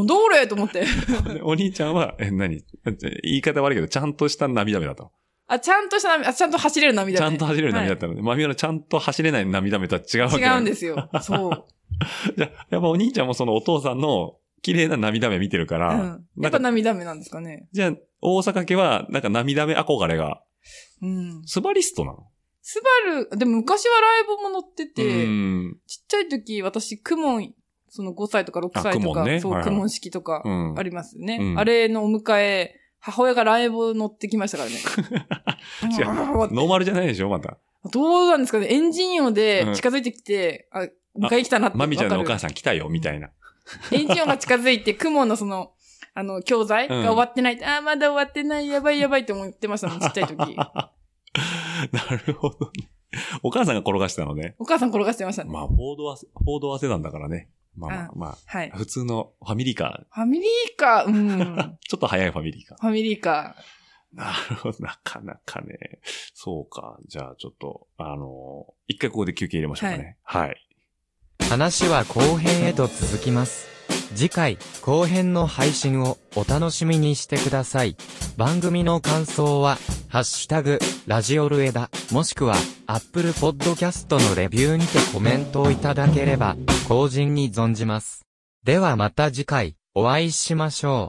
んだこれと思って。でお兄ちゃんは、え、何言い方悪いけど、ちゃんとした涙目だったの。あ、ちゃんとした涙、あちゃんと走れる涙、ちね。ゃんと走れる涙だったので、マミオのちゃんと走れない涙目とは違うわけ。違うんですすよ。 そう。じゃあやっぱお兄ちゃんもそのお父さんの綺麗な涙目見てるかうら、ん。なやんっかぱ涙目なんですかね。じゃあ、大阪家は、なんか涙目憧れが、うん。スバリストなのスバル、でも昔はライブも乗ってて、うん。ちっちゃい時、私、クモン、その5歳とか6歳あクとモか、ンねそう、はいはいクモン式とかうんありますよね。うんあれのお迎え、母親がライブを乗ってきましたからね。 違う。ノーマルじゃないでしょまた。 どうなんですかねエンジン音うんで近づいてきて、あ、お迎え来たなって。マミちゃんのお母ささん来たよ、みたいな。ん。エンジン音が近づいて、クモンのその、あの、教材が終わってない。あー、まだ終わってない。やばいやばいって思ってましたもん、ちっちゃ い時。なるほどね。お母さんが転がしたのね。お母さん転がしてましたね。まあ、フォードは、フォードはセダンだからね。まあまああまはいあ、。普通のファミリーカファミリーカー、うんー。。ちょっと早いファミリーカー。ファミリーカなるほど。 なかなかね。そうか。じゃあ、ちょっと、あのー一回ここで休憩入れましょうかね。はい。mm. 話は後編へと続きます。次回、後編の配信をお楽しみにしてください。番組の感想は、ハッシュタグ、ラジオルエダ、もしくは、アップルポッドキャストのレビューにてコメントをいただければ、後人に存じます。ではまた次回、お会いしましょう。